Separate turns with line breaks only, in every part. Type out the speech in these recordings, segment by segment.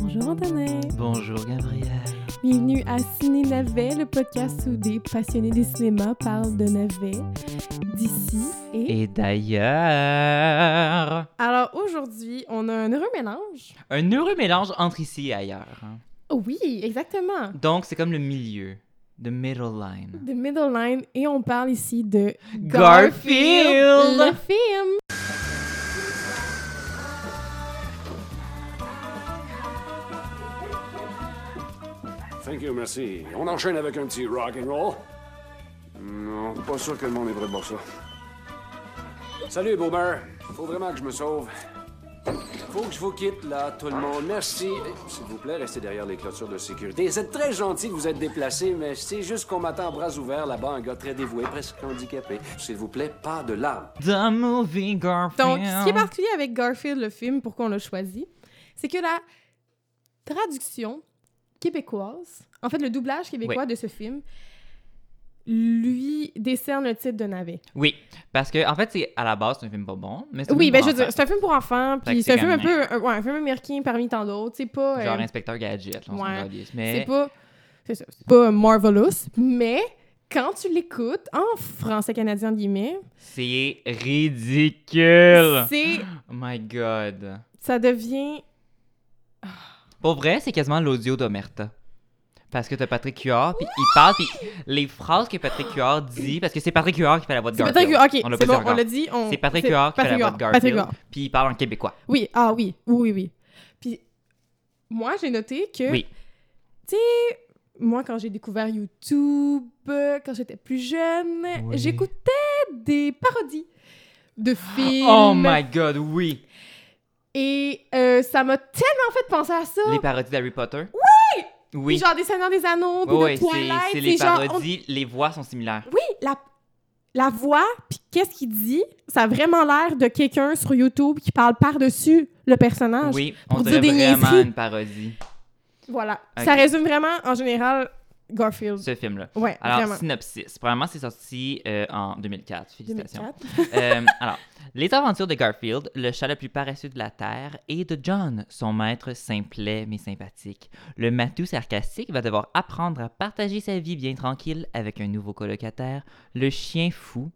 Bonjour Antonin.
Bonjour Gabriel.
Bienvenue à Ciné Navet, le podcast où des passionnés des cinémas parlent de navets d'ici et...
Et d'ailleurs,
Alors aujourd'hui, on a un heureux mélange.
un heureux mélange entre ici et ailleurs. hein.
Oh Oui, exactement.
Donc c'est comme le milieu, the middle line.
The Middle Line et on parle ici de
Garfield.
le film.
Thank you, merci. On enchaîne avec un petit rock and roll. Non, pas sûr que le monde est prêt pour ça. Salut, Boomer. Faut vraiment que je me sauve. Faut que je vous quitte, là, tout le monde. Merci. Eh, S'il vous plaît, restez derrière les clôtures de sécurité. C'est très gentil que vous êtes déplacés, mais c'est juste qu'on m'attend bras ouverts là-bas, un gars très dévoué, presque handicapé. S'il vous plaît, pas de larmes.
The movie Garfield.
Donc, ce qui est particulier avec Garfield, le film, pourquoi on l'a choisi, c'est que la traduction québécoise, en fait, le doublage québécois de ce film, lui décerne le titre de navet.
Oui, parce que en fait c'est à la base c'est un film pas bon, mais c'est un
Oui,
film
ben je
pour
veux dire,
enfants.
c'est un film pour enfants,
Fait
puis
que
c'est un
c'est
film un
comme,
peu, un- ouais, un film américain parmi tant d'autres, c'est pas, euh,
genre inspecteur gadget, là, on s'en
ouais.
calisse,
c'est
mais
pas, c'est ça, c'est pas euh, marvelous, mais quand tu l'écoutes en français canadien entre guillemets,
c'est ridicule.
c'est,
Oh my god.
ça devient,
Pour vrai, c'est quasiment l'audio d'Omerta. Parce que t'as Patrick Huard, puis il parle, puis les phrases que Patrick Huard dit, parce que c'est Patrick Huard qui fait la voix de
c'est
Garfield.
Patrick, ok,
On l'a
c'est
pas dit
bon, on
encore.
l'a dit, on-
C'est Patrick Huard qui fait la voix de
Huard,
Garfield.
Patrick Huard.
Puis il parle en québécois.
Oui, ah oui, oui, oui, oui. Puis moi, j'ai noté que,
Oui.
tu sais, moi, quand j'ai découvert YouTube, euh, quand j'étais plus jeune,
Oui.
j'écoutais des parodies de films.
Oh my god, oui!
Et euh, ça m'a tellement fait penser à ça.
Les parodies d'Harry Potter? Oui!
Puis
Oui,
genre des Seigneurs des Anneaux, puis
oui,
de
oui, c'est-
Twilight,
c'est
puis
les
genre, on-
parodies, les voix sont similaires.
Oui, la, la voix, puis qu'est-ce qu'il dit, ça a vraiment l'air de quelqu'un sur YouTube qui parle par-dessus le personnage.
Oui,
Ah, pour
on
dire
dirait
des
vraiment
niaiseries.
une parodie,
Voilà.
Ok.
Ça résume vraiment, en général, Garfield.
ce film-là.
Ouais,
Alors,
vraiment.
synopsis. Premièrement, c'est sorti euh, en 2004. Félicitations.
2004.
Euh, alors, les aventures de Garfield, le chat le plus paresseux de la Terre, et de John, son maître simplet mais sympathique. Le matou sarcastique va devoir apprendre à partager sa vie bien tranquille avec un nouveau colocataire, le chien fou,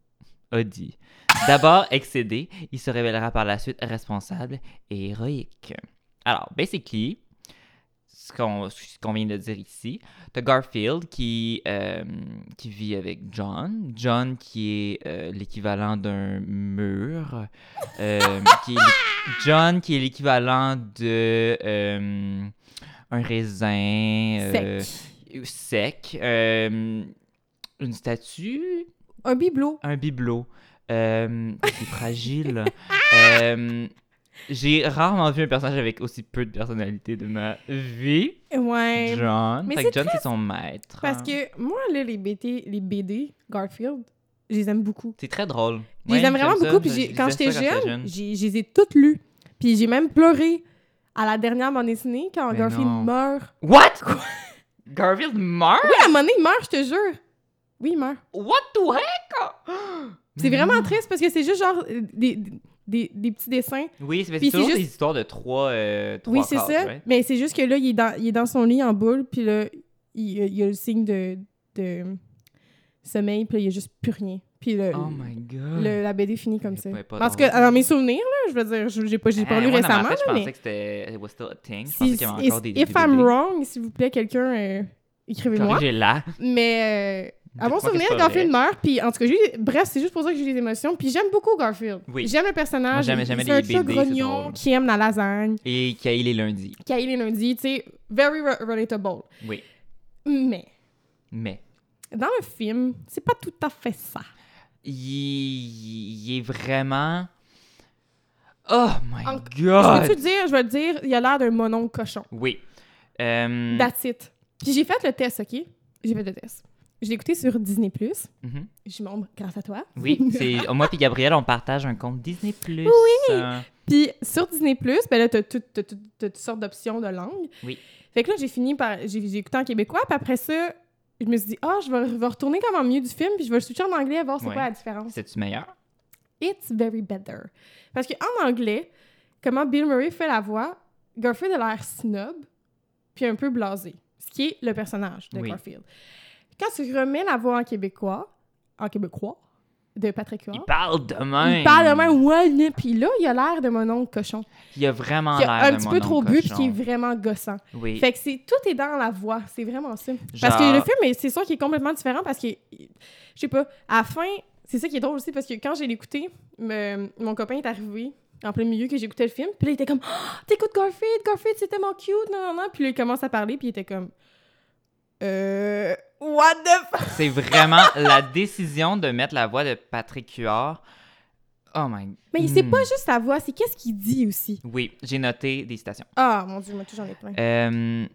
Odie. D'abord excédé, il se révélera par la suite responsable et héroïque. Alors, basically, ce qu'on ce qu'on vient de dire ici, t'as Garfield qui, euh, qui vit avec John. John qui est euh, l'équivalent d'un mur. Euh, qui est l'é- John qui est l'équivalent de euh, un raisin euh,
Sec.
sec, euh, une statue,
Un bibelot.
un bibelot. Euh, c'est fragile. Euh, j'ai rarement vu un personnage avec aussi peu de personnalité de ma vie.
Ouais.
John.
mais
Fait
c'est
que John, c'est son maître.
Parce que moi, là, les BD, les BD Garfield, je les aime beaucoup.
C'est très drôle.
Je les
Ouais,
aime vraiment
j'aime ça.
beaucoup. Puis
Je-
j'ai-
je
quand
lisais
j'étais
ça
jeune, j'ai- je les ai toutes lues. Puis j'ai même pleuré à la dernière bande dessinée quand
Mais
Garfield
non.
meurt.
What? Garfield meurt?
Oui, à un moment donné, il meurt, je te jure. Oui, il meurt.
What the heck? Hmm.
C'est vraiment triste parce que c'est juste genre euh, des, des, des petits dessins.
Oui, c'est
Puis
c'est
c'est
toujours
juste-
des histoires de trois. euh, trois
Oui, c'est
cases,
ça.
right?
Mais c'est juste que là, il est, dans, il est dans son lit en boule, puis là, il, il y a le signe de, de sommeil, puis là, il n'y a juste plus rien. Puis le,
Oh my god.
le- la BD finit comme ça.
Ouais, pas
Parce que
drôle.
dans mes souvenirs, là, je veux dire, je- j'ai pas, j'ai pas
Eh,
lu
moi, dans ma
récemment,
tête,
là,
Je
mais
pensais que c'était. It was still a thing. Je
si-
pensais qu'il y avait encore des.
if
des
I'm
DVD.
wrong, s'il vous plaît, quelqu'un, euh, écrivez-moi.
Corrigez là.
Mais euh, à mon
Dites-moi
souvenir,
que c'est pas
Garfield meurt, puis en tout cas, j'ai- bref, c'est juste pour ça que j'ai des émotions, puis j'aime beaucoup Garfield.
Oui.
J'aime le personnage.
Moi, j'aimais jamais
c'est un
les
chat
BD, c'est
grognon
drôle.
qui aime la lasagne,
Et Kay les lundis.
qui aille les lundis, tu sais, very re- relatable.
Oui.
Mais
Mais.
dans le film, c'est pas tout à fait ça.
Il, il est vraiment. Oh my
En- Je peux-tu
god.
te dire, je vais te dire, il a l'air d'un monon cochon.
Oui. Euh,
That's it. Puis j'ai fait le test, OK? J'ai fait le test. Je l'ai écouté sur Disney+.
mhm.
Je m'ombre grâce à toi.
Oui, c'est moi puis Gabriel, on partage un compte Disney Plus. Euh,
Puis sur Disney+, ben là, t'as tout- t'as tout- t'as toutes sortes d'options de langues.
Oui.
Fait que là, j'ai fini par... J'ai j'ai écouté en québécois, puis après ça, je me suis dit « Ah, je vais je vais retourner comme en milieu du film, puis je vais le switcher en anglais à voir c'est
Ouais.
quoi la différence.
C'est tu meilleur
It's very better. » Parce que en anglais, comment Bill Murray fait la voix, Garfield a l'air snob, puis un peu blasé, ce qui est le personnage de
Oui.
Garfield. Quand tu remets la voix en québécois, en québécois, de Patrick
Il
Huard,
parle de même.
il parle de même, ouais, né. puis là, il a l'air de mon oncle cochon.
Il a vraiment
Qui
l'air
a un
de
petit
mon
peu trop
oncle
bu, puis qui est
cochon.
vraiment gossant.
Oui.
Fait que c'est tout est dans la voix, c'est vraiment ça. Parce
Genre-
que le film, est- c'est sûr qu'il est complètement différent parce que, je sais pas, à la fin, c'est ça qui est drôle aussi parce que quand j'ai l'écouté, me- mon copain est arrivé en plein milieu que j'écoutais le film, puis là, il était comme Ah, T'écoutes Garfield, Garfield, c'est tellement cute, non, non, non. Puis là, il commence à parler, puis il était comme Euh. What the fuck?
C'est vraiment la décision de mettre la voix de Patrick Huard. Oh my.
Mais c'est
Hmm.
pas juste la voix, c'est qu'est-ce qu'il dit aussi.
Oui, j'ai noté des citations.
Ah, mon Dieu, moi, tout, j'en ai plein.
Euh,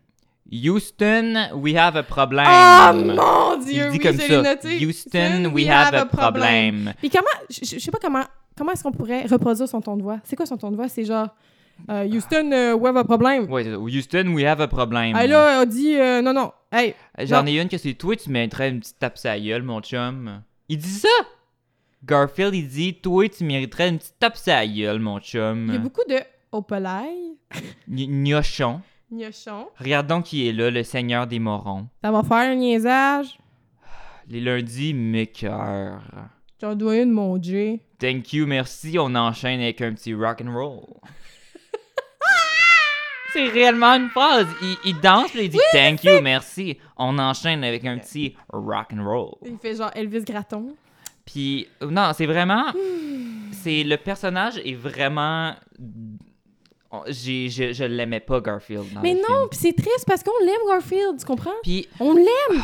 Houston, we have a problem.
Ah, mon Dieu,
Il dit
oui,
comme
je l'ai
ça.
noté.
Houston, we have
problem.
a problem.
Puis comment, je je- je sais pas comment, comment est-ce qu'on pourrait reproduire son ton de voix? C'est quoi son ton de voix? C'est genre, euh, Houston, euh, ouais, va problème.
Ouais, c'est ça. Houston, we have a problem.
Ah, là, on dit, euh, non, non, hey,
J'en
non.
ai une que c'est toi, tu mériterais une petite tape sur la gueule, mon chum. Il dit ça! Garfield, il dit, toi, tu mériterais une petite tape sur la gueule, mon
il y a
chum.
beaucoup de opolaï,
Gn- Gnochon.
gnochon,
Regarde donc qui est là, le seigneur des morons.
ça va faire un niaisage,
Les lundis, mes cœurs.
j'en dois une, mon Dieu.
Thank you, merci, on enchaîne avec un petit rock and roll. C'est réellement une phrase. Il, il danse puis il dit thank you, merci. On enchaîne avec un petit rock and roll.
Il fait genre Elvis Gratton.
Puis euh, non, c'est vraiment c'est le personnage est vraiment on- j'ai je, je l'aimais pas Garfield dans
Mais
le
non,
film.
puis c'est triste parce qu'on l'aime, Garfield, tu comprends?
Puis
On l'aime,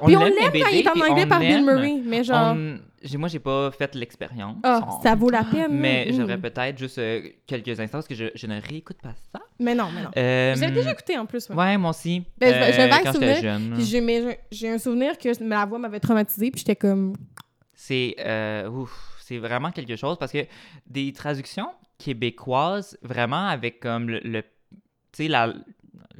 on
puis on
les
l'aime quand
BD,
il est en
puis
anglais
on
par Bill
l'aime.
Murray, mais genre,
On- Hum, j'ai- moi j'ai pas fait l'expérience.
ah,
On-
ça vaut la peine.
mais
hein.
j'aurais
Mm.
peut-être juste euh, quelques instants parce que je, je ne réécoute pas ça.
Mais non, mais non.
Euh,
J'ai déjà écouté en plus, ouais.
Ouais, moi aussi. Euh,
Ben, je- je vais
quand
souvenir,
j'étais jeune.
Puis j'ai, mais j'ai- j'ai un souvenir que la voix m'avait traumatisée, puis j'étais comme.
C'est euh, ouf, c'est vraiment quelque chose parce que des traductions québécoises vraiment avec comme le, le- tu sais la
Le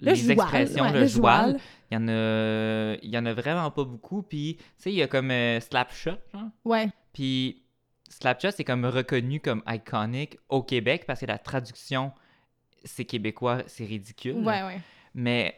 les
joual,
expressions
ouais,
le,
le
joual,
joual.
il y en a il y en a vraiment pas beaucoup puis tu sais il y a comme euh, slapshot genre.
Ouais.
puis slapshot c'est comme reconnu comme iconique au Québec parce que la traduction c'est québécois, c'est ridicule.
Ouais, ouais.
Mais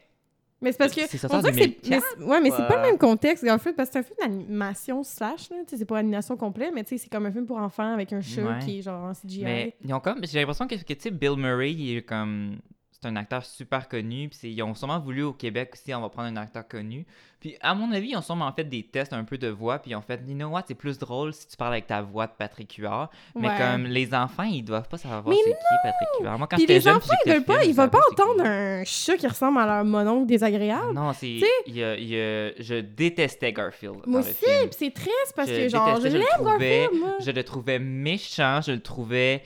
Mais c'est parce que.
C'est sorti
on
en
dirait que c'est-
2004,
mais c'est- ouais, mais c'est pas le
ouais.
même contexte, Garfield, parce que c'est un film d'animation slash, là. Tu sais, c'est pas animation complète, mais tu sais, c'est comme un film pour enfants avec un chat
Ouais.
qui est genre en CGI.
Mais ils ont comme, j'ai l'impression que, que, tu sais, Bill Murray, il est comme, c'est un acteur super connu, puis c'est- ils ont sûrement voulu au Québec aussi, on va prendre un acteur connu. Puis à mon avis, ils ont sûrement fait des tests un peu de voix, puis ils ont fait, you know what, c'est plus drôle si tu parles avec ta voix de Patrick Huard. Mais
Ouais.
comme les enfants, ils doivent pas savoir
Mais
c'est qui Patrick Huard. Moi, quand
Puis
j'étais
les
jeune,
enfants, ils veulent pas, ils veulent pas entendre un chat qui ressemble à leur mononcle désagréable.
Non, c'est,
Tu sais.
il y a- il y a- je détestais Garfield. dans
moi
le
aussi,
film.
puis c'est triste parce
Je
que genre, je
détestais, je le
l'aime,
trouvais-
Garfield, moi.
Je le trouvais méchant, je le trouvais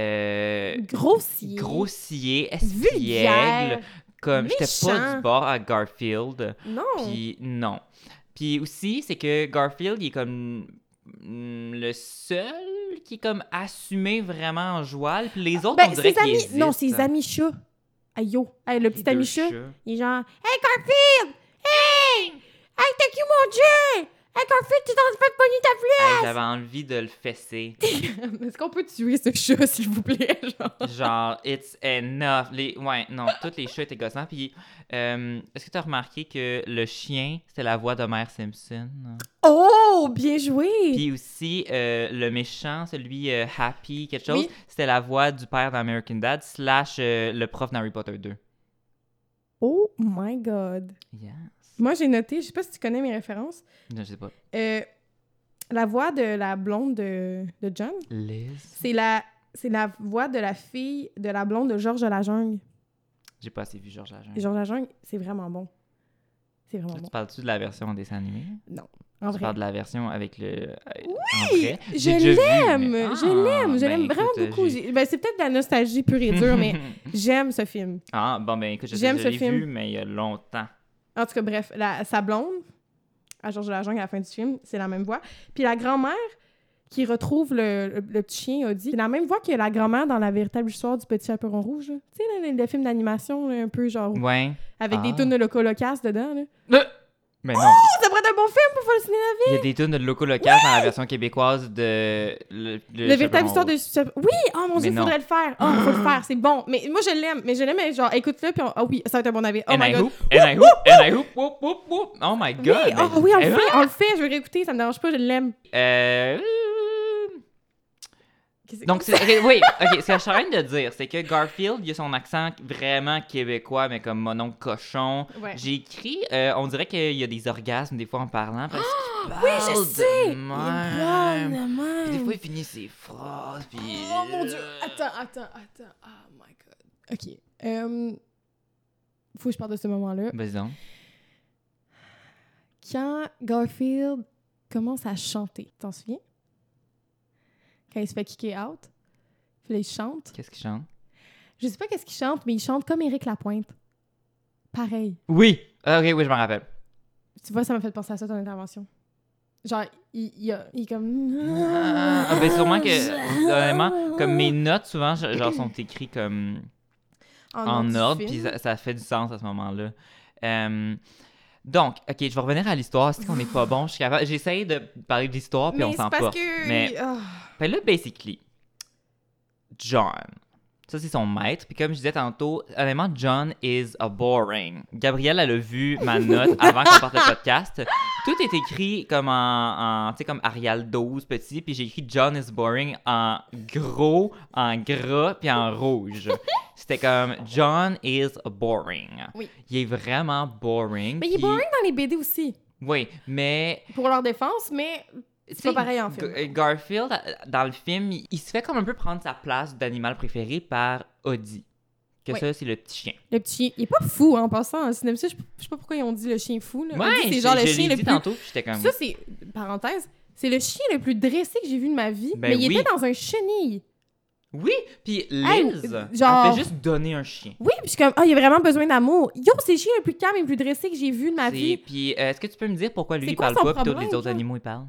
euh,
Grossier.
grossier, espiègle.
Vulgaire.
Comme j'étais pas
méchant.
du bord à Garfield.
Non.
Puis non. Puis aussi, c'est que Garfield, il est comme mm, le seul qui est comme assumé vraiment en joual. Puis les autres,
Ben,
on dirait
ses
qu'ils
amis.
hésitent.
Non, ses amis chats. Aïe, yo. Hey, le
Les
petit
deux
ami chat.
chats.
Il est genre Hey Garfield! Hey! Hey, t'es qui mon Dieu? Hey Garfield, tu t'en fais pas pogner
Hey, J'avais envie de le fesser.
ta flèche! Est-ce qu'on peut tuer ce chat, s'il vous plaît? Genre?
Genre, it's enough. Les, ouais, non, tous les chats étaient gossants. Puis, euh, est-ce que tu as remarqué que le chien, c'était la voix d'Homer Simpson?
Oh, bien joué!
Puis aussi, euh, le méchant, celui euh, Happy, quelque chose,
Oui.
c'était la voix du père d'American Dad, slash euh, le prof d'Harry Potter 2.
Oh my god!
Yes.
Moi, j'ai noté, je sais pas si tu connais mes références,
Non, je sais pas.
euh, la voix de la blonde de, de John,
Liz.
c'est la, c'est la voix de la fille de la blonde de Georges la Jungle.
J'ai pas assez vu Georges Lajeune.
Et Georges la Jungle, c'est vraiment bon. C'est vraiment
Là,
bon.
Tu parles-tu de la version en dessin animé?
En
tu
vrai.
parles de la version avec le. euh, Oui!
je l'aime, je
Ah,
l'aime, je l'aime vraiment beaucoup. ben, J'ai- Ben, c'est peut-être de la nostalgie pure et dure, mais j'aime ce film.
Ah, bon, ben écoute, je, sais
J'aime
je
ce
l'ai
film.
vu, mais il y a longtemps.
En tout cas, bref, la, sa blonde, à Georges de la Jungle, à la fin du film, c'est la même voix. Puis la grand-mère qui retrouve le, le- le petit chien, Audi, c'est la même voix que la grand-mère dans la véritable histoire du petit chaperon rouge. là. Tu sais, le, le- le film d'animation, là, un peu genre,
Ouais.
avec des
Ah. Euh!
tunes de locolocasse dedans. là. Oh,
Mais non.
Ça pourrait être un bon film pour faire le cinéma.
Il y a des tunes de Loco Local dans la version québécoise de. Le, le
Le véritable
Chaperon
histoire de.
Rouge.
Oui! Oh mon
Mais
dieu,
non.
faudrait le faire! Oh, faut le faire, c'est bon! Mais moi, je l'aime, mais je l'aime, mais genre, écoute-le, puis on- ah oui, ça va être un bon avis. Oh
and
my
I
god!
hoop, and I hoop, and I hoop, whoop, whoop, whoop. Oh my
Oui,
god.
oh, oui, on le
Eh,
fait, on le fait, je vais réécouter, ça me dérange pas, je l'aime.
Euh.
Qu'est-ce que-
Donc, c'est- ok, oui, ok, ce que je suis en train de dire, c'est que Garfield, il a son accent vraiment québécois, mais comme mon oncle cochon.
Ouais.
J'ai écrit, euh, on dirait qu'il y a des orgasmes des fois en parlant parce qu'il
Ah! Oui,
parle
je
de
sais! Il est
même.
bonne,
Puis
man.
Des fois, il euh. finit ses phrases, puis...
Hmm. Oh mon dieu! Attends, attends, attends. Oh my god. Ok. euh, Faut que je parle de ce moment-là.
Vas-y donc.
Quand Garfield commence à chanter, t'en souviens? Quand il se fait kicker out, puis là, il chante.
Qu'est-ce qu'il chante?
Je sais pas qu'est-ce qu'il chante, mais il chante comme Éric Lapointe. Pareil.
Oui! Ah, Ok, oui, je m'en rappelle.
Tu vois, ça m'a fait penser à ça, ton intervention. Genre, il, il, a- il est comme...
Ah, ben sûrement que, honnêtement, comme mes notes, souvent, je- genre, sont écrites comme... en
du
ordre,
film.
puis ça, ça fait du sens à ce moment-là. Euh, donc, ok, je vais revenir à l'histoire. C'est qu'on n'est pas bon. Je suis capable- J'essaye de parler de l'histoire, Ah, puis
Mais
on
c'est
s'en
parce
porte.
que...
Mais
Ah.
fait Ben là, basically, John, ça c'est son maître. Puis comme je disais tantôt, honnêtement, John is a boring. Gabrielle, elle a vu ma note avant qu'on parte le podcast. Tout est écrit comme en, en- tu sais, comme Arial 12 petit. Puis j'ai écrit John is boring en gros, en gras, puis en rouge. C'était comme John is boring.
Oui.
Il est vraiment boring.
Mais il est
puis-
boring dans les BD aussi,
Oui, mais
pour leur défense, mais...
c'est
pas pareil en film.
Garfield, euh, dans le film, il, il se fait comme un peu prendre sa place d'animal préféré par Audie. Que
Oui.
ça, c'est le petit chien.
Le petit chien, il est pas fou hein, en passant. hein. Synopsis, je je sais pas pourquoi ils ont dit le chien fou. Là. On dit c'est
je-
genre le
je
chien
l'ai
le
dit
plus.
tantôt, puis j'étais comme...
Ça, c'est. Parenthèse, c'est le chien le plus dressé que j'ai vu de ma vie.
Ben
mais il
oui.
était dans un chenille.
Oui, puis
Hey,
Liz,
genre-
elle fait juste donner un chien.
Oui, puis je suis comme, ah, il a vraiment besoin d'amour. Yo, c'est le chien le plus calme et le plus dressé que j'ai vu de ma
C'est-
vie.
Puis euh, est-ce que tu peux me dire pourquoi lui,
C'est
il
quoi
parle
son
pas, puis tous
problème,
les autres
genre?
animaux, ils parlent?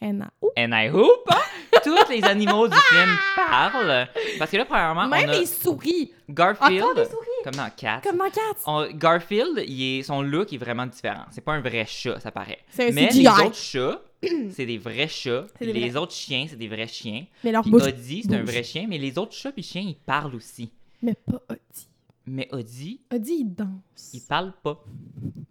Anna. Ouh.
And I hope tous les animaux du film parlent. Parce que là, premièrement,
Même
Ah, on a
les souris. Encore des
Garfield,
souris.
comme dans Cats,
Comme dans Cats.
On- Garfield, il est- son look est vraiment différent. C'est pas un vrai chat, ça paraît.
C'est un
Mais
CGI.
les autres chats, c'est des vrais chats.
C'est des
les
vrais. Ah,
autres chiens, c'est des vrais chiens.
Mais leur
Puis
bouche.
Odie, c'est un
bouge.
vrai chien. Mais les autres chats puis chiens, ils parlent aussi.
Mais pas Odie.
Mais Odie,
Odie, il danse.
il parle pas.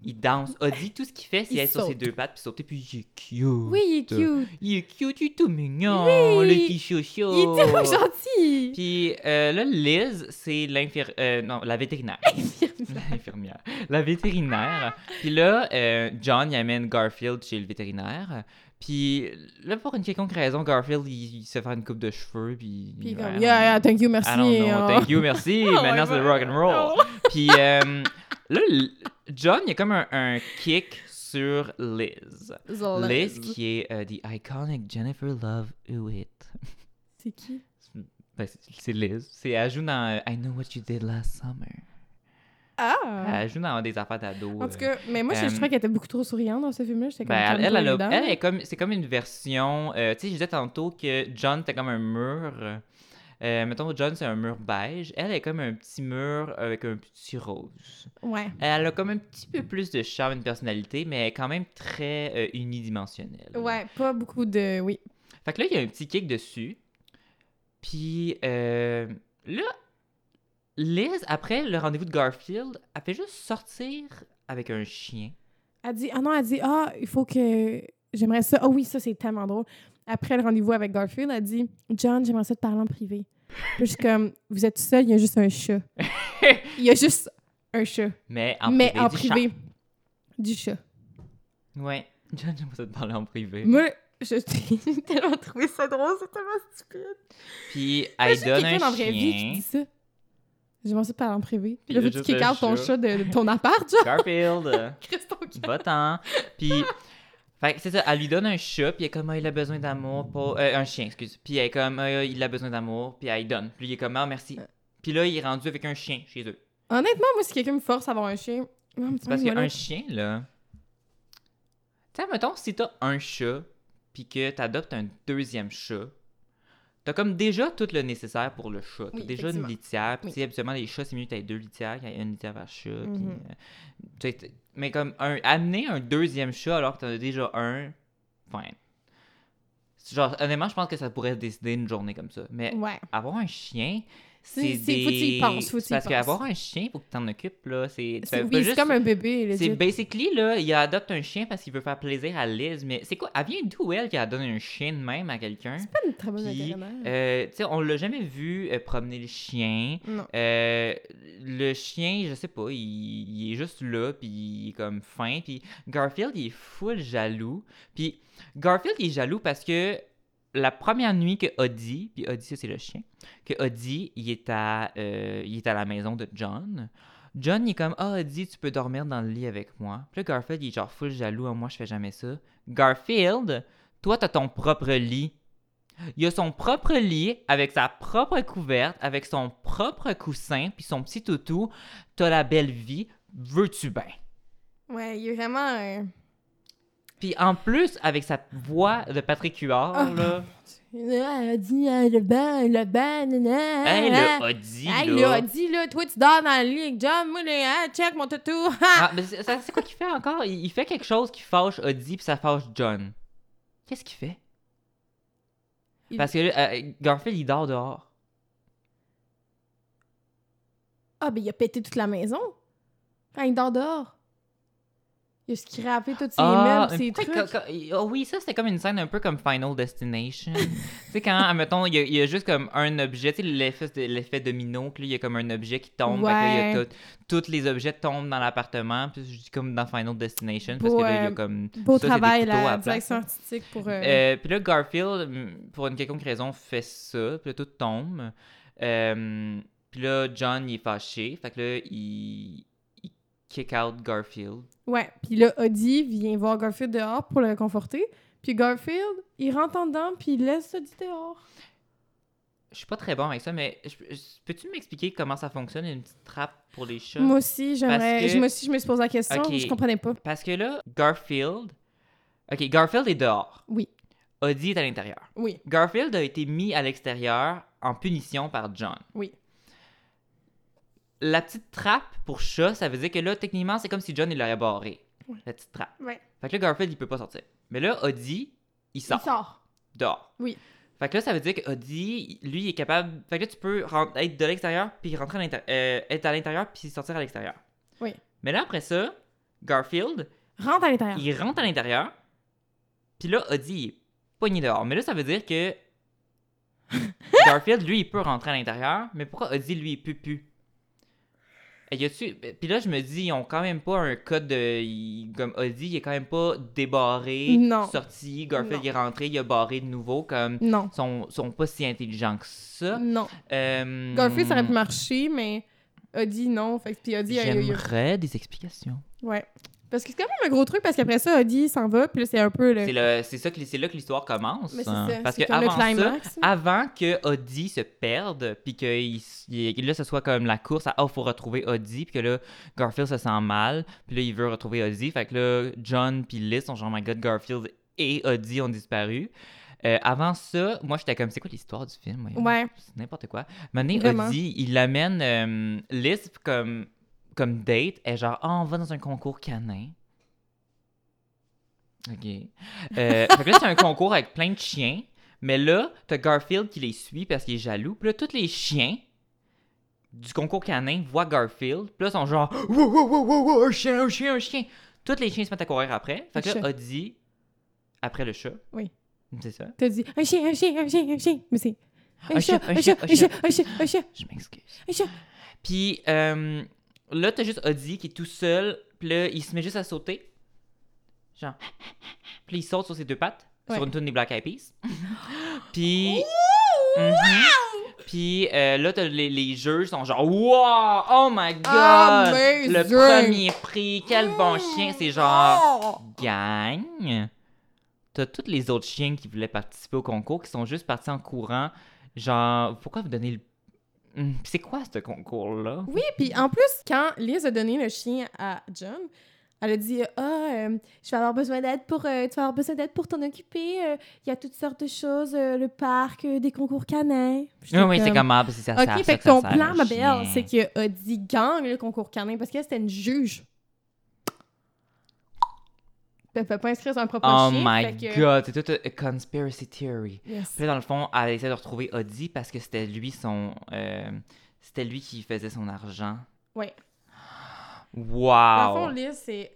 Il danse. Odie, tout ce qu'il fait, c'est
Il
être sur ses
saute.
deux pattes puis sauter. Puis il est cute.
Oui, il est cute.
Il est cute, il est tout mignon.
Oui.
Le petit chouchou.
Il est tellement gentil.
Puis euh, là, Liz, c'est l'infirmière. non, la vétérinaire. L'infirmière. La vétérinaire. Puis là, euh, John, il amène Garfield chez le vétérinaire. Puis là, pour une quelconque raison, Garfield, il, il se fait une coupe de cheveux. Puis,
Puis
Ouais,
comme, yeah, yeah, thank you, merci.
I don't know.
euh,
Thank you, merci.
Oh my
Maintenant, c'est le
God. Oh.
rock and roll. Puis euh, là, l- John, il y a comme un, un kick sur Liz.
Zola.
Liz, qui est euh, the iconic Jennifer Love Hewitt.
C'est qui?
Ben, c'est- c'est Liz. C'est, elle joue dans euh, I Know What You Did Last Summer.
Ah!
Elle joue dans des affaires d'ado.
En tout cas, mais moi, je-
euh,
je trouvais qu'elle était beaucoup trop souriante dans ce film-là. J'étais comme,
Ben, elle,
calme-toi,
elle, elle a-
Linda.
elle est comme, c'est comme une version. euh, tu sais, je disais tantôt que John était comme un mur. Euh, mettons, John, c'est un mur beige. Elle est comme un petit mur avec un petit rose.
Ouais.
Elle a comme un petit peu plus de charme et de personnalité, mais elle est quand même très euh, unidimensionnelle.
Ouais, pas beaucoup de. Oui.
Fait que là, il y a un petit kick dessus. Puis euh, là, Liz, après le rendez-vous de Garfield, elle fait juste sortir avec un chien.
Elle dit, ah non, elle dit, ah, il faut que. J'aimerais ça. Ah oui, ça, c'est tellement drôle. Après le rendez-vous avec Garfield, elle dit, John, j'aimerais ça te parler en privé. Puis je suis comme, vous êtes seul, il y a juste un chat. il y a juste un chat.
Mais en
mais
privé.
en
du
privé. Du chat.
chat. Ouais. John, j'aimerais ça te parler en privé.
Moi, je j'ai tellement trouvé ça drôle, c'est tellement stupide.
Puis
Imagine
elle donne
quelqu'un
un
dans la
chien.
vraie vie qui dit ça. J'aimerais ça te parler en privé. Puis là,
Puis
faut
il y a
que tu
juste un
kick out ton
chat.
chat de, de ton appart, genre.
Garfield, euh,
Christ, ton cœur.
va-t'en. Puis, fait que c'est ça, elle lui donne un chat, puis elle est comme, Ah, il a besoin d'amour, pour... euh, un chien, excuse. Puis elle est comme, Ah, il a besoin d'amour, puis elle lui donne. Puis il est comme, ah,
Euh.
merci. Puis là, il est rendu avec un chien chez eux.
Honnêtement, moi, si quelqu'un me force à avoir un chien, non, mais tu
Parce
vois,
qu'un
voilà.
chien, là. Tu sais, mettons, si t'as un chat, puis que t'adoptes un deuxième chat, T'as comme déjà tout le nécessaire pour le chat. T'as
Oui,
déjà une
effectivement.
litière. Puis,
Oui.
tu sais, habituellement, les chats, c'est mieux que t'aies deux litières qu'il y ait une litière par chat. puis,
Mhm.
euh, tu sais, t- mais comme un, amener un deuxième chat alors que t'en as déjà un, fine. C'est Genre, honnêtement, je pense que ça pourrait décider une journée comme ça. Mais
Ouais.
avoir un chien, c'est.
Mm. C'est- c'est-
des...
faut que tu y penses, faut que tu y
Parce
penses.
qu'avoir un chien, faut que tu t'en occupes, là. C'est tu
C'est
fais
oui,
pas
c'est
juste-
comme un bébé, là.
c'est basically, là, il adopte un chien parce qu'il veut faire plaisir à Liz, mais c'est quoi? Elle vient d'où, elle, qui donne un chien de même à quelqu'un?
pas une très bonne
Puis,
vétérinaire.
euh, tu sais, on l'a jamais vu euh, promener le chien.
Non.
Euh, le chien, je sais pas, il, il est juste là, puis il est comme fin. Puis Garfield, il est full jaloux. Puis Garfield, il est jaloux parce que la première nuit que Odie, puis Odie, ça c'est le chien, que Odie, il est à, euh, il est à la maison de John. John, il est comme, ah, Odie, tu peux dormir dans le lit avec moi. Puis là, Garfield, il est genre full jaloux, Ah, moi, je fais jamais ça. Garfield, toi, t'as ton propre lit. Il a son propre lit avec sa propre couverte, avec son propre coussin, puis son petit toutou. T'as la belle vie, veux-tu bien?
Ouais, il est vraiment. euh,
Puis en plus, avec sa voix de Patrick Huard,
Ah.
là,
Ah, Elle a dit ah, le bain, le bain, nanana.
hey, hein, le Audi,
Ah. Hey,
là.
là, dis là, toi tu dors dans le lit avec John, moi là, hein, check mon toutou. ha!
Ah, mais c'est ça- c'est quoi qu'il fait encore? Il, il fait quelque chose qui fâche Audi, puis ça fâche John. Qu'est-ce qu'il fait?
Il-
Parce que là, euh, Garfield, il dort dehors.
Ah ben il a pété toute la maison. Quand il dort dehors. Il a scrappé tous ses
Ah,
meubles, ses
une-
trucs.
quand- quand- oh oui, ça c'était comme une scène un peu comme Final Destination. tu sais, quand, admettons, il y, a- il y a juste comme un objet, tu sais, l'effet, de- l'effet domino, que là, il y a comme un objet qui tombe. fait que là, il y a
Ouais.
tout- tous les objets tombent dans l'appartement, puis je dis comme dans Final Destination, parce
Beau,
que là, il y a
euh,
comme.
Beau
ça, c'est des
travail
couteaux à
la
plat.
direction artistique pour. euh,
Euh, puis là, Garfield, mm, pour une quelconque raison, fait ça, puis là, tout tombe. Euh, puis là, John, il est fâché, fait que là, il, il kick out Garfield.
Ouais, puis là, Audie vient voir Garfield dehors pour le conforter. Puis Garfield, il rentre en dedans, puis il laisse Audie dehors.
Je suis pas très bon avec ça, mais je- je- peux-tu m'expliquer comment ça fonctionne une petite trappe pour les chats?
Moi aussi, j'aimerais.
que-
Je, me suis, je me suis posé la question,
Ok.
je comprenais pas.
Parce que là, Garfield. Ok, Garfield est dehors.
Oui,
Audie est à l'intérieur.
oui,
Garfield a été mis à l'extérieur en punition par John.
oui.
La petite trappe pour chat, ça veut dire que là, techniquement, c'est comme si John il l'aurait barré.
Ouais.
La petite trappe.
Ouais.
Fait que là, Garfield, il peut pas sortir. Mais là, Audie, il sort.
Il sort.
Dehors.
Oui.
Fait que là, ça veut dire que Audi, lui, il est capable. Fait que là, tu peux ren- être de l'extérieur, puis rentrer à l'intérieur. être à l'intérieur, puis sortir à l'extérieur.
Oui.
Mais là, après ça, Garfield,
Rentre à l'intérieur.
il rentre à l'intérieur, puis là, Audi, il est poigné dehors. Mais là, ça veut dire que. Garfield, lui, il peut rentrer à l'intérieur, mais pourquoi Audi, lui, il peut plus? Et Y a-tu... ben, Puis là, je me dis, ils ont quand même pas un code de. il- Comme Audi, il est quand même pas débarré,
Non.
sorti. Garfield,
Non.
il est rentré, il a barré de nouveau, comme
Non,
sont, sont pas si intelligents que ça.
non.
Euh,
Garfield, ça aurait pu marcher, mais Audie, non. Fait que, puis Audie, elle- elle-
J'aimerais des explications.
Ouais. Parce que c'est quand même un gros truc, parce qu'après ça, Audie s'en va, puis là, c'est un peu le.
C'est le- c'est ça que c'est là que l'histoire commence.
Mais c'est
hein.
ça.
Parce
c'est
que
comme
avant
le
ça, ah,
climax. là.
avant que Audi se perde, puis que il s- il- là ce soit comme la course à oh faut retrouver Audi, puis que là Garfield se sent mal, puis là il veut retrouver Audi, fait que là John puis Liz sont genre oh my God Garfield et Audi ont disparu. Euh, avant ça, moi j'étais comme c'est quoi l'histoire du film voyons?
Ouais.
C'est n'importe quoi. Mané
Vraiment.
Audi, il l'amène euh, Liz comme, comme date. Elle est genre, Ah, on va dans un concours canin. OK. Euh, fait que là, c'est un concours avec plein de chiens. Mais là, t'as Garfield qui les suit parce qu'il est jaloux. Puis là, tous les chiens du concours canin voient Garfield. Puis là, ils sont genre, wow, wow, wow, wow, wow, un chien, un chien, un chien. Tous les chiens se mettent à courir après. Fait que
Le
là, Audi, après le chat.
Oui.
C'est ça.
T'as dit un chien, un chien, un chien, un chien. Mais c'est.
Un
Un chat,
chien, un
un chat,
chien,
un chat, un chat, un chat,
Je m'excuse.
un chat.
Puis euh, là, t'as juste Audi qui est tout seul. Puis là, il se met juste à sauter. Genre. Puis là, il saute sur ses deux pattes. Sur
Ouais.
une tourne des Black Eyed Peas. Puis. Mhm. Puis euh, là, t'as les, les jeux sont genre Wow! Oh my god!
Amazing!
Le premier prix, quel bon
Oh!
chien! C'est genre gagne, t'as tous les autres chiens qui voulaient participer au concours qui sont juste partis en courant. Genre, pourquoi vous donnez le. Hmm, C'est quoi ce concours-là? Ah
Oui, puis en plus, quand Liz a donné le chien à John, Elle a dit Ah, euh, je vais avoir besoin d'aide pour. euh, tu vas avoir besoin d'aide pour t'en occuper. euh, Il y a toutes sortes de choses, euh, le parc, euh, des concours canins. Puis j'étais
Oui, oui, c'est comme ah, parce que ça sert,
Ok,
ça,
fait que
ça
ton
sert,
plan,
le
ma belle,
chien.
c'est qu'elle a dit gang le concours canin parce qu'elle, c'était une juge. Elle peut pas inscrire sur un propre
Oh
chien.
my
fait que-
god, c'est toute une conspiracy theory.
Yes.
Puis là, dans le fond, elle essaie de retrouver Audi parce que c'était lui son. euh, c'était lui qui faisait son argent.
Ouais. Dans le fond,
Wow!
Liz, c'est.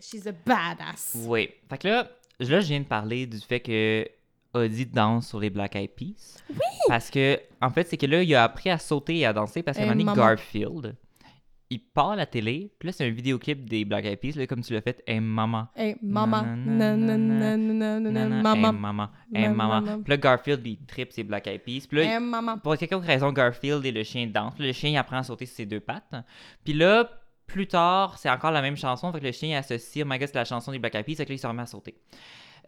She's a badass.
Oui. Fait que là, je- là, je viens de parler du fait que Audi danse sur les Black Eyed Peas. Oui! Parce que, en fait, c'est que là, il a appris à sauter et à danser parce qu'à un
Euh,
moment donné,
maman.
Garfield, il part à la télé. Puis là, c'est un vidéoclip des Black Eyed Peas, là, comme tu l'as fait, Hey Maman.
Hey, maman.
Nanana,
Nanana, nanana,
Nanana, Hey
Maman.
Maman. Hey
Nan,
Maman.
nan, nan.
Puis là, Garfield, il tripe ses Black Eyed Peas. Puis là,
Hey, maman.
pour quelque raison, Garfield et le chien dansent. Puis Le chien il apprend à sauter sur ses deux pattes. Puis là, plus tard, c'est encore la même chanson. Fait que le chien il associe, oh my god, c'est la chanson des Black Eyed Peas. Fait que là, il se remet à sauter.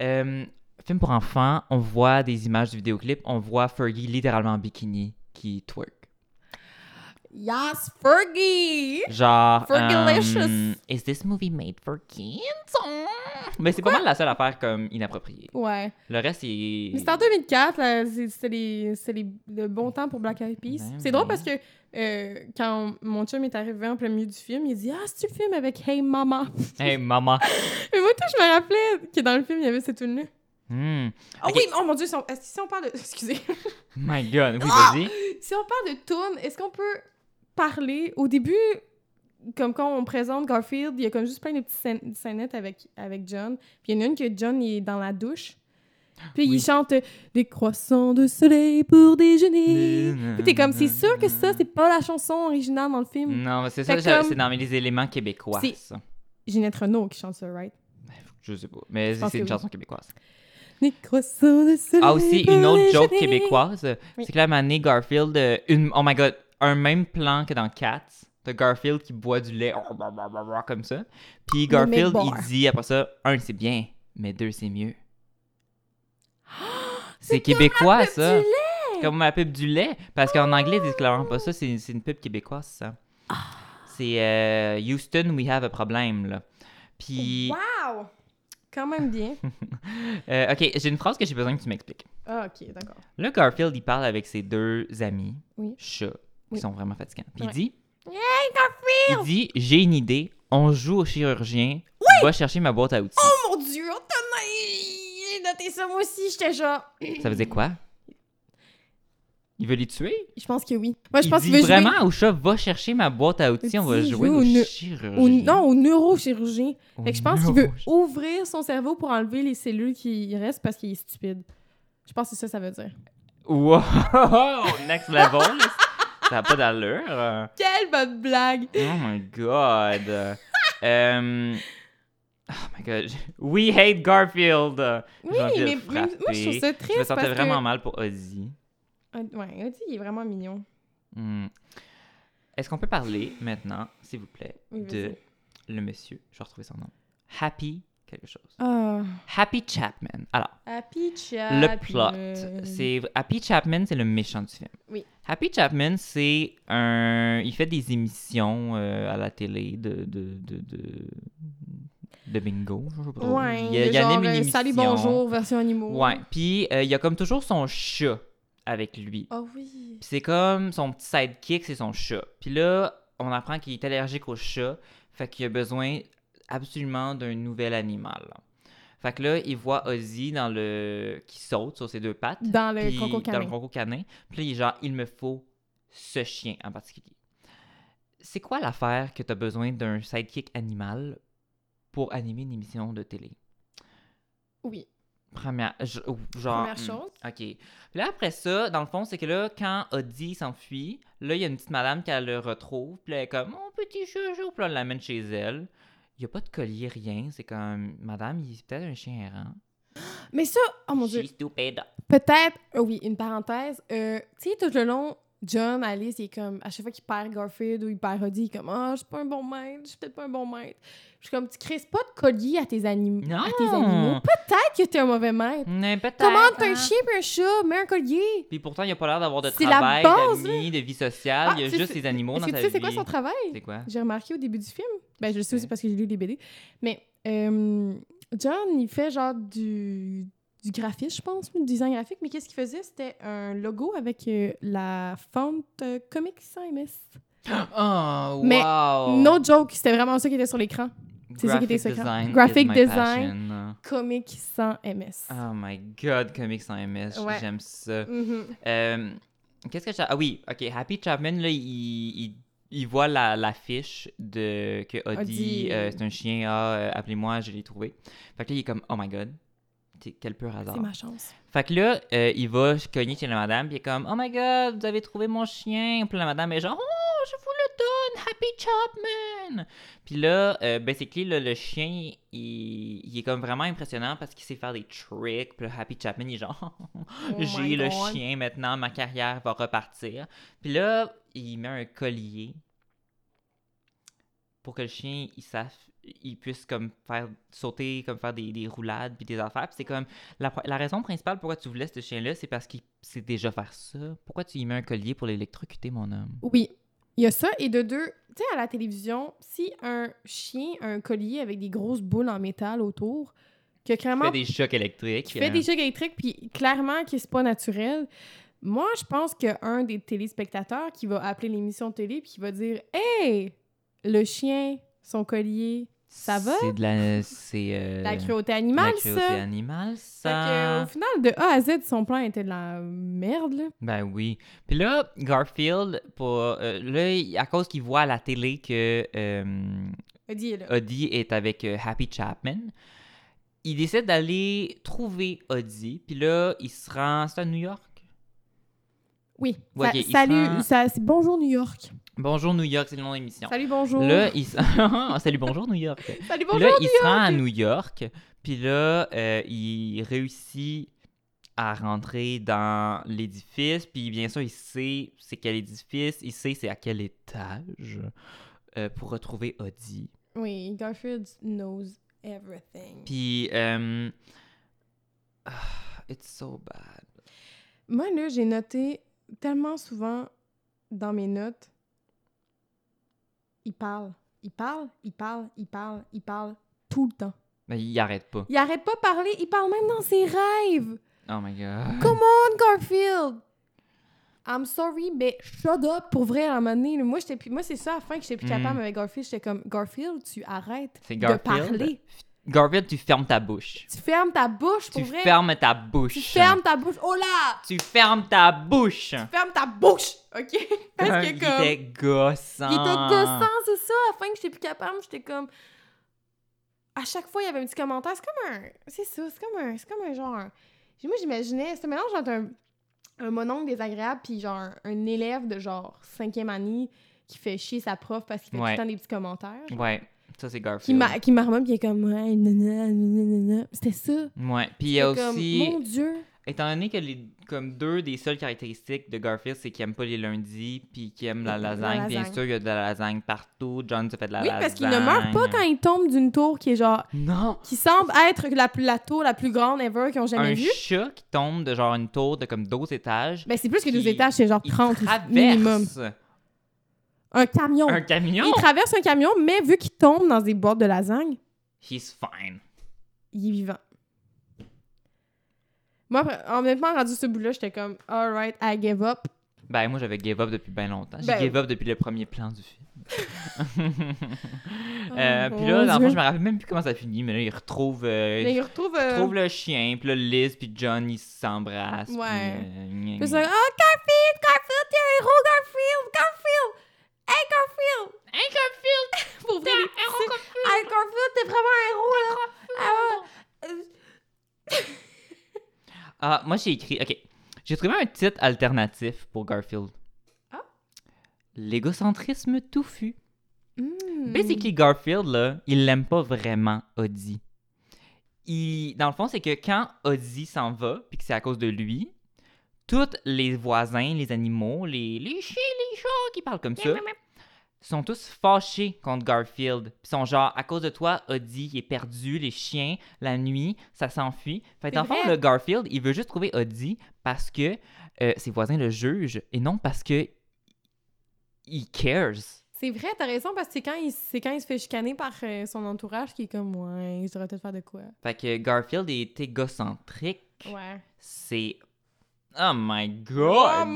Euh, film pour enfants, on voit des images du vidéoclip. On voit Fergie littéralement en bikini qui twerk.
Yes, Fergie!
Genre.
Fergalicious.
euh, is this movie made for kids? Mm. Mais c'est pas mal la seule affaire comme inappropriée.
Ouais.
Le reste, il.
Mais c'était en 2004, là, c'est- c'était les- c'était les- le bon temps pour Black Eyed Peas.
Ben
c'est
oui.
drôle parce que euh, quand mon chum est arrivé en plein milieu du film, il dit Ah, c'est le film avec Hey Maman.
Hey, maman.
Mais moi, tout, je me rappelais que dans le film, il y avait cette tune-là.
Mm.
Oh
Ok.
oui, oh mon dieu, si on, est-ce que si on parle de. Excusez.
My god, oui,
Ah!
vas-y.
Si on parle de tune, est-ce qu'on peut parler au début, comme quand on présente Garfield, il y a comme juste plein de petites scènes- scénettes avec, avec John. Puis il y en a une que John il est dans la douche. Puis
Oui.
il chante euh, des croissants de soleil pour déjeuner.
Nanana.
Puis t'es comme c'est sûr que ça c'est pas la chanson originale dans le film.
Non, mais c'est ça,
Fait
j'a-
comme-
c'est dans les éléments québécois.
C'est-
ça.
Ginette Renault qui chante ça, right?
Je sais pas, mais
pense
c'est
que
une
oui.
chanson québécoise.
Des croissants de soleil.
Ah, aussi,
pour
une autre joke
déjeuner.
québécoise, euh,
Oui.
c'est que la manée Garfield, euh, une, oh my god, un même plan que dans Cats. T'as Garfield qui boit du lait, oh, bah, comme ça. Puis Garfield,
mec
il
boire.
dit après ça, un c'est bien, mais deux c'est mieux. C'est québécois,
Peuple
ça.
du lait.
Comme ma pub du lait. Parce qu'en anglais, ils disent clairement pas ça. C'est c'est une pub québécoise, ça.
Ah.
C'est euh, Houston, we have a problem, là. Puis.
Wow! Quand même bien.
euh, ok, j'ai une phrase que j'ai besoin que tu m'expliques.
Ah, ok, d'accord.
Là, Garfield, il parle avec ses deux amis,
Oui.
chats, qui
Oui.
sont vraiment fatigants. Puis
Ouais.
il dit
Hey, Garfield!
il dit, j'ai une idée, on joue au chirurgien, va chercher ma boîte à outils.
Oh mon dieu, oh t'en as- J'ai noté ça moi aussi, j'étais genre.
Ça veut dire quoi Il veut les tuer
Je pense que oui. Moi, je
il
pense
dit
qu'il veut jouer
vraiment au chat, va chercher ma boîte à outils, on va
Dis,
jouer
joue
au
au neu-
chirurgien.
au, non, au neurochirurgien.
Au
Fait que je pense qu'il veut
neuro-
ouvrir son cerveau pour enlever les cellules qui restent parce qu'il est stupide. Je pense que c'est ça ça veut dire.
Wow! Next level! là. Ça n'a pas d'allure. euh.
Quelle bonne blague!
Oh my god. Euh, Oh my god. We hate Garfield.
Oui, mais mais moi, je trouve ça triste
Je me sentais
parce
vraiment
que...
mal pour Ozzy.
Ah, Ouais, Audi, il est vraiment mignon.
Hmm. Est-ce qu'on peut parler maintenant, s'il vous plaît,
Oui,
de le monsieur, je vais retrouver son nom. Happy quelque chose.
Ah,
Happy Chapman. Alors,
Happy Chat.
le plot, c'est Happy Chapman, c'est le méchant du film.
Oui.
Happy Chapman, c'est un, il fait des émissions euh, à la télé de de, de, de, de bingo, je sais pas. trop.
Ouais,
il y a, il y anime
genre,
une
euh,
émission.
Salut, bonjour, version animaux.
Ouais. Puis euh, il y a comme toujours son chat avec lui.
Oh oui.
Puis c'est comme son petit sidekick, c'est son chat. Puis là, on apprend qu'il est allergique au chat, fait qu'il a besoin absolument d'un nouvel animal. Fait que là, il voit Ozzy dans le qui saute sur ses deux pattes
Dans le
puis
concours
dans le
canin.
concours canin. Puis là, il est genre, il me faut ce chien en particulier. C'est quoi l'affaire que t'as besoin d'un sidekick animal pour animer une émission de télé?
Oui.
Première, je- ou- genre,
Première
hmm,
chose.
OK. Puis là, après ça, dans le fond, c'est que là, quand Audie s'enfuit, là, il y a une petite madame qui elle le retrouve. Puis là, elle est comme, mon petit joujou. Puis là, elle l'amène chez elle. Il n'y a pas de collier, rien. C'est comme, madame, il est peut-être un chien errant.
Mais ça, oh mon dieu.
She's stupid.
Peut-être, euh, oui, une parenthèse. euh, tu sais, tout le long, John, Alice, il est comme, à chaque fois qu'il perd Garfield ou il perd Roddy, il est comme, ah, je suis pas un bon maître, je suis peut-être pas un bon maître. Je suis comme, tu crises pas de collier à tes, anim-
Non.
à tes animaux. Peut-être que t'es un mauvais maître.
Mais peut-être.
Commande un
hein.
chien puis un chat, mets un collier.
Puis pourtant, il n'y a pas l'air d'avoir de
C'est la
travail,
base,
d'amis, de vie sociale.
Ah,
il y a
tu
juste
sais-
les animaux
Est-ce
dans
que
sa
tu
vie.
sais c'est quoi son travail?
C'est quoi?
J'ai remarqué au début du film, Ben, je le sais aussi
Ok.
parce que j'ai lu les BD. Mais euh, John, il fait genre du, du graphisme, je pense, ou du design graphique. Mais qu'est-ce qu'il faisait? C'était un logo avec euh, la fonte euh, Comic Sans MS.
Oh,
Mais
wow!
No joke, c'était vraiment ça qui était sur l'écran. c'est ça qui était secret.
design
Graphic
is my
design.
passion.
Comic Sans MS.
Oh my god, Comics sans MS,
Ouais.
j'aime ça.
Mhm.
Euh, Qu'est-ce que je... Ah oui, ok, Happy Chapman, là, il, il, il voit la- l'affiche de que Audie,
Audie.
euh, c'est un chien, ah, euh, appelez-moi, je l'ai trouvé. Fait que là, il est comme, oh my god, t'es- quel pur hasard.
C'est ma chance.
Fait que là, euh, il va cogner chez la madame, puis il est comme, oh my god, vous avez trouvé mon chien. Puis la madame est genre, oh, je vous le donne, Happy Chapman. Puis là, euh, basically, là, le chien, il, il est comme vraiment impressionnant parce qu'il sait faire des tricks. Puis là, Happy Chapman, il est genre,
Oh
j'ai
my
le
God.
chien maintenant, ma carrière va repartir. Puis là, il met un collier pour que le chien, il sache, il puisse comme faire sauter, comme faire des, des roulades, puis des affaires. Puis c'est comme, la, pro- la raison principale pourquoi tu voulais ce chien-là, c'est parce qu'il sait déjà faire ça. Pourquoi tu y mets un collier pour l'électrocuter, mon homme?
Oui. Il y a ça. Et de deux, tu sais, à la télévision, si un chien a un collier avec des grosses boules en métal autour, que
Tu
clairement
fais des chocs électriques. euh,
qui fait des chocs électriques, puis clairement que c'est pas naturel. Moi, je pense qu'un des téléspectateurs qui va appeler l'émission de télé puis qui va dire Hey, le chien, son collier, ça va?
C'est de la... C'est... euh,
la cruauté
de
animale,
La cruauté
ça! Fait
animale,
que,
ça!
au final, de A à Z, son plan était de la merde, là.
Ben oui. Puis là, Garfield, pour, euh, là, il- à cause qu'il voit à la télé que euh,
Dis, là.
Audie est avec euh, Happy Chapman, il décide d'aller trouver Audie. Puis là, il se rend... C'est à New York?
Oui.
Ouais,
Ça-
ok, il
salut,
prend-
ça- c'est bonjour New York.
Bonjour New York, c'est le nom de l'émission.
Salut, bonjour.
Là, il se... Ah, Salut, bonjour New York. Puis
Salut,
là,
bonjour.
il se rend à New York, puis là, euh, il réussit à rentrer dans l'édifice, puis bien sûr, il sait c'est quel édifice, il sait c'est à quel étage euh, pour retrouver Audie.
Oui, Garfield knows everything.
Puis... euh, ah, It's so bad.
Moi, là, j'ai noté tellement souvent dans mes notes, il parle, il parle, il parle, il parle, il parle tout le temps.
Mais il arrête pas.
Il arrête pas de parler, il parle même dans ses rêves.
Oh my god.
Come on, Garfield! I'm sorry, mais shut up pour vrai à un moment donné. là. Moi, j'étais plus... Moi c'est ça à la fin que j'étais plus
Mm.
capable avec Garfield. J'étais comme, Garfield, tu arrêtes
C'est
de
Garfield.
parler.
Garfield, tu fermes ta bouche.
Tu fermes ta bouche pour
Tu
vrai.
fermes ta bouche.
Tu fermes ta bouche. Oh là!
Tu fermes ta bouche.
Ferme ta bouche! OK? Parce que
il
comme...
était gossant.
Il était gossant, c'est ça. Afin que j'étais plus capable, j'étais comme. À chaque fois, il y avait un petit commentaire. C'est comme un. C'est ça, c'est comme un. C'est comme un genre. un- Moi, j'imaginais. C'est un mélange entre un, un mononcle désagréable puis genre un élève de genre cinquième année qui fait chier sa prof parce qu'il fait
Ouais.
tout le temps des petits commentaires.
Ouais, ça c'est
Qui,
Garfield.
ma, qui marmonne puis il est comme. Ouais, nanana, nanana. C'était ça.
Ouais, puis il y a
J'étais comme,
aussi,
Mon Dieu.
étant donné que les, comme deux des seules caractéristiques de Garfield, c'est qu'il aime pas les lundis, puis qu'il aime la
La
lasagne. Bien
lasagne.
sûr, il y a de la lasagne partout. John se fait de la
oui,
lasagne.
parce qu'il ne meurt pas quand il tombe d'une tour qui est genre.
Non.
qui semble être la, plus- la tour la plus grande ever qu'ils ont jamais
Un
vue.
chat qui tombe de genre une tour de comme 12 étages.
Ben, c'est plus que 12
Qui-
étages, c'est genre
il
30
traverse
minimum. Un camion.
un camion.
Il traverse un camion, mais vu qu'il tombe dans des boîtes de lasagne,
He's fine.
il est vivant. Moi, après- honnêtement, rendu ce bout-là, j'étais comme, alright, I give up.
Ben, moi, j'avais give up depuis bien longtemps. J'ai
Ben-
give up depuis le premier plan du film. Euh,
Oh,
puis là,
mon
dans le fond,
Dieu.
je me rappelle même plus comment ça finit, mais là, ils retrouvent, euh,
Mais il retrouve.
ils
euh,
retrouvent le chien, puis là, Liz, puis John, ils s'embrassent. puis,
Ouais.
euh, gna,
puis c'est
gna.
comme, oh, Garfield, Garfield, t'es un héros, Garfield, Garfield! Hey, Garfield! Hey, Garfield! Pour vrai, les petits- Hey, Garfield, t'es vraiment un héros, là! Ah, ouais. Euh,
Ah, moi, j'ai écrit. Ok. J'ai trouvé un titre alternatif pour Garfield.
Ah?
L'égocentrisme touffu.
hmm.
Basically, Garfield, là, il l'aime pas vraiment, Audie. Il... Dans le fond, c'est que quand Audie s'en va, puis que c'est à cause de lui, tous les voisins, les animaux, les, les chiens, les chats qui parlent comme ça, sont tous fâchés contre Garfield. Ils sont genre, à cause de toi, Audie il est perdu, les chiens, la nuit, ça s'enfuit. Fait que
C'est
dans le fond,
vrai.
le Garfield, il veut juste trouver Audie parce que euh, ses voisins le jugent et non parce que il cares.
C'est vrai, t'as raison, parce que c'est quand, il- c'est quand il se fait chicaner par euh, son entourage qui est comme, ouais, je devrais peut-être faire de quoi.
Fait que Garfield est égocentrique.
Ouais.
C'est. Oh my
Oh
god!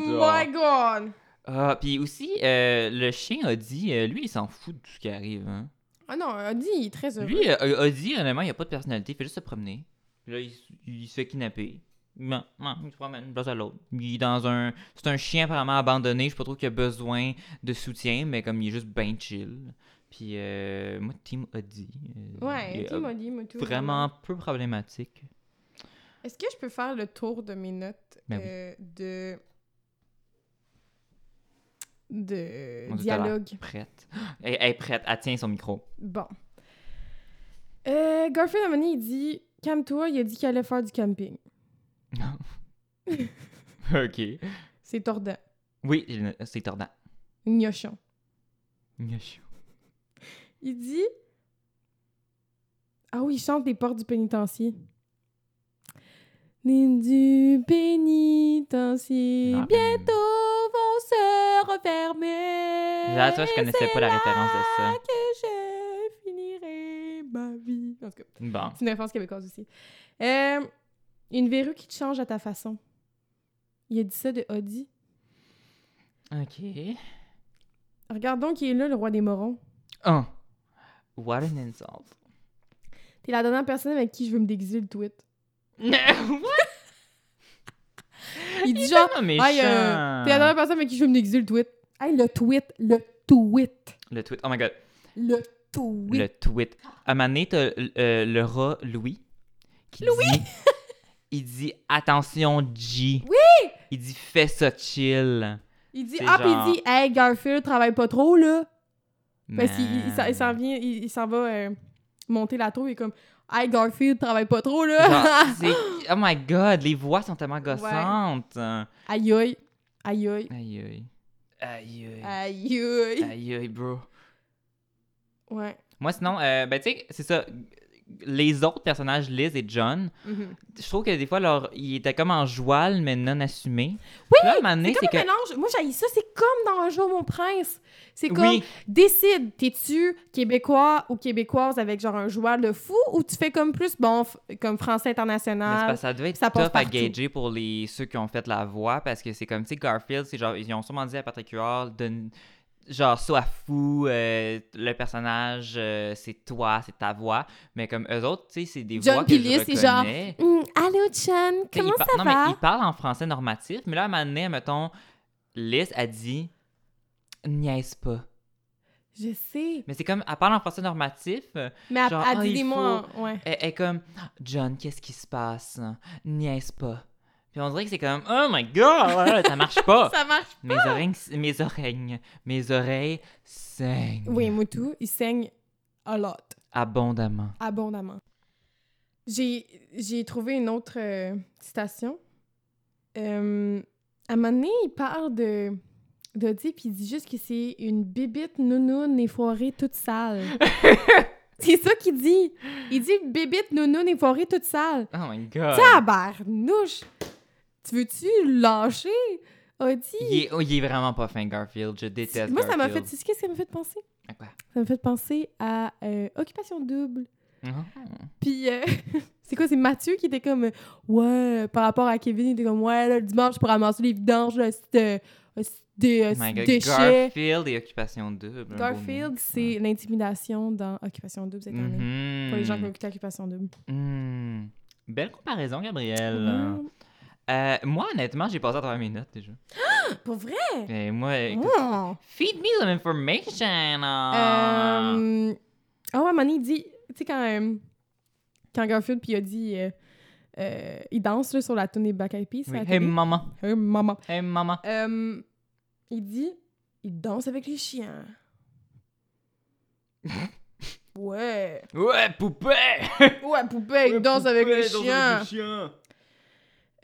my god!
Ah, puis aussi, euh, le chien a dit, euh, lui, il s'en fout de tout ce qui arrive. hein.
Ah non, Audi, il est très heureux.
Lui, euh, a dit, honnêtement, il a pas de personnalité, il fait juste se promener. Puis là, il, s- il se fait kidnapper. Non, non, il se promène d'une place à l'autre. Il est dans un. C'est un chien apparemment abandonné. Je sais pas trop qu'il a besoin de soutien, mais comme il est juste ben chill. Puis euh, moi, Team Audi. euh, il
ouais,
est,
Tim
euh,
m'a dit, m'a tout.
Vraiment peu problématique.
Est-ce que je peux faire le tour de mes notes
Ben oui.
euh, de. de.
Mon Dieu, t'as l'air
dialogue?
Prête. Elle elle est prête. Elle tient son micro.
Bon. Euh, Garfield, à un moment donné, il dit Calme-toi, il a dit qu'il allait faire du camping.
ok.
C'est tordant,
Oui, il- c'est tordant.
gnochon.
Gnache.
Il dit Ah oui, il chante les portes du pénitencier. Les du pénitencier,
Ah,
bientôt vont se refermer.
Là, toi, je connaissais
C'est
pas la référence de ça.
là que je finirai ma vie. En tout cas,
Bon.
c'est une référence québécoise aussi. Euh, une verrue qui te change à ta façon. Il a dit ça de Audi.
Ok.
Regarde donc, il est là, le roi des morons.
Oh. What an insult.
T'es la dernière personne avec qui je veux me déguiser le tweet.
What?
Il dit genre,
mais
Hey, euh, t'es la dernière personne avec qui je veux me déguiser le tweet. Hey, le tweet, le tweet,
Le tweet. Oh my god.
le tweet.
Le tweet. À un moment donné, t'as euh, le rat Louis. Qui Louis! Dit, il dit attention G. Oui! Il dit fais ça chill.
Il dit,
C'est
ah, puis
genre-
il dit, hey, Garfield, travaille pas trop, là.
Mais
Parce qu'il il s'en- il s'en vient, il, il s'en va euh, monter la tour, il est comme, hey, Garfield, travaille pas trop, là.
Genre, c'est- oh my god, les voix sont tellement gossantes. hein.
aïe, aïe, aïe, aïe,
Aïe aïe. Aïe aïe.
aïe, aïe.
Aïe aïe, bro.
Ouais.
Moi, sinon, euh, ben, tu sais, c'est ça. Les autres personnages, Liz et John,
Mhm.
je trouve que des fois, leur, ils étaient comme en joual, mais non assumés. Oui! Là, à un moment donné,
C'est
c'est
comme un
que.
mélange. Moi, j'haïs ça. C'est comme dans Un jour, mon prince. C'est comme,
Oui.
décide, t'es-tu québécois ou québécoise avec genre un joueur de fou ou tu fais comme plus, bon, f- comme français
Mais c'est
international?
parce que ça devait être
Hein? Ça passe
tough à
partout.
gager pour les, ceux qui ont fait la voix parce que c'est comme, tu sais, Garfield, c'est genre, ils ont sûrement dit à Patrick Huard, donne- genre, sois fou, euh, le personnage, euh, c'est toi, c'est ta voix. Mais comme eux autres, tu sais, c'est des
John
voix que je
Pillier, c'est genre,
reconnais.
Hum, allô, Chan,
Tu sais,
comment
il par-
ça
non,
va?
mais il parle en français normatif, mais là, à un moment donné, mettons, Liz a dit niaise pas.
Je sais.
Mais c'est comme, elle parle en français normatif, euh,
Mais elle-
Genre,
elle
ah,
dit
il
des
faut-
mots en- Ouais.
elle elle est comme John, qu'est-ce qui se passe Niaise pas. Puis on dirait que c'est comme Oh my god, ouais, ça marche pas.
Ça marche.
mes oreilles, mes oreilles, mes oreilles saignent
Oui, Moutou, il saigne a lot,
abondamment.
abondamment. J'ai j'ai trouvé une autre euh, citation. Euh, à un moment donné, il parle de d'Audi, puis il dit juste que c'est une bibite nounoune effoirée toute sale. c'est ça qu'il dit. Il dit bibite nounoune effoirée toute sale.
Oh my god.
Tabarnouche! Tu veux-tu lâcher, Audi?
Il est, oh, il est vraiment pas fin, Garfield. Je déteste
Moi, ça m'a fait...
Garfield.
Tu sais qu'est-ce que ça m'a fait penser?
À quoi?
Ça m'a fait penser à euh, Occupation Double.
Oh.
Puis, euh, c'est quoi? C'est Mathieu qui était comme, euh, ouais, par rapport à Kevin, il était comme, ouais, là, le dimanche, pour ramasser les vidanges, là, c'est euh, c'est des euh,
Oh my
c'est
God,
des déchets.
Garfield et Occupation Double. un beau
Garfield,
mix,
c'est l'intimidation dans Occupation Double
ouais.
cette année.
Mhm.
Pour les gens qui ont écouté Occupation Double.
Hmm. Belle comparaison, Gabrielle.
Mhm.
Euh, moi, honnêtement, j'ai passé à travers mes notes déjà.
Ah, Pour vrai?
Et moi, écoute,
Oh!
feed me some information. ah.
Euh, Ah ouais, Mané, il dit, tu sais, quand, euh, quand Garfield, puis il a dit, euh, euh, il danse là, sur la tune des Black Eyed Peas,
Oui.
à la
Hey,
télé.
maman.
Hey, maman.
Hey, maman.
Euh, il dit, il danse avec les chiens. ouais.
Ouais, poupée.
Ouais, poupée, il danse avec les chiens.
chiens.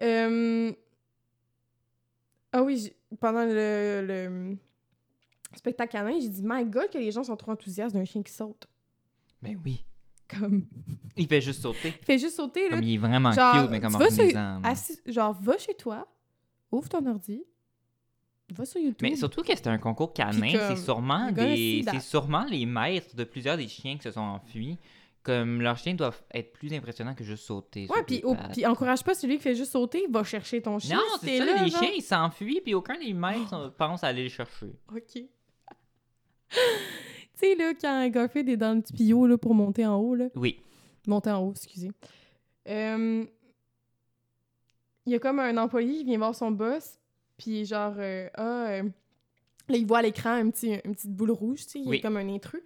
Euh, Ah oui, j'ai- pendant le, le spectacle canin, j'ai dit, my god, que les gens sont trop enthousiastes d'un chien qui saute.
Ben oui.
Comme,
Il fait juste sauter.
il fait juste sauter, là.
Comme il est vraiment
Genre,
cute, mais comme
tu
en
vas sur-
remisant.
assis- genre, va chez toi, ouvre ton ordi, Va sur YouTube.
Mais surtout que c'est un concours canin,
Puis comme,
c'est sûrement
le gars, bah.
des,
il s'y
c'est
bat.
sûrement les maîtres de plusieurs des chiens qui se sont enfuis. Comme leurs chiens doivent être plus impressionnants que juste sauter.
Ouais,
sur
puis
des
au-
pattes.
puis encourage pas celui qui fait juste sauter, va chercher ton chien.
non,
si
c'est
t'es
ça,
là,
les
genre. Oh.
chiens ils s'enfuient puis aucun des maîtres euh, pense à aller les chercher.
OK. tu sais, là, quand Garfield est dans le petit tuyau, là, pour monter en haut, là.
Oui.
Monter en haut, excusez. Euh, il y a comme un employé qui vient voir son boss, puis il est genre, euh, ah, euh, là, il voit à l'écran un petit, une petite boule rouge, tu sais, il
Oui.
est comme un intrus.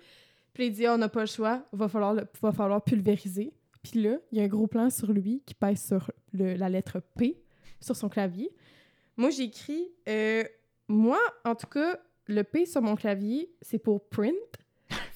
Puis il dit, Ah, on n'a pas le choix, va falloir, le- va falloir pulvériser. Puis là, il y a un gros plan sur lui qui pèse sur le- la lettre P sur son clavier. Moi, j'écris, euh, moi, en tout cas, le P sur mon clavier, c'est pour print,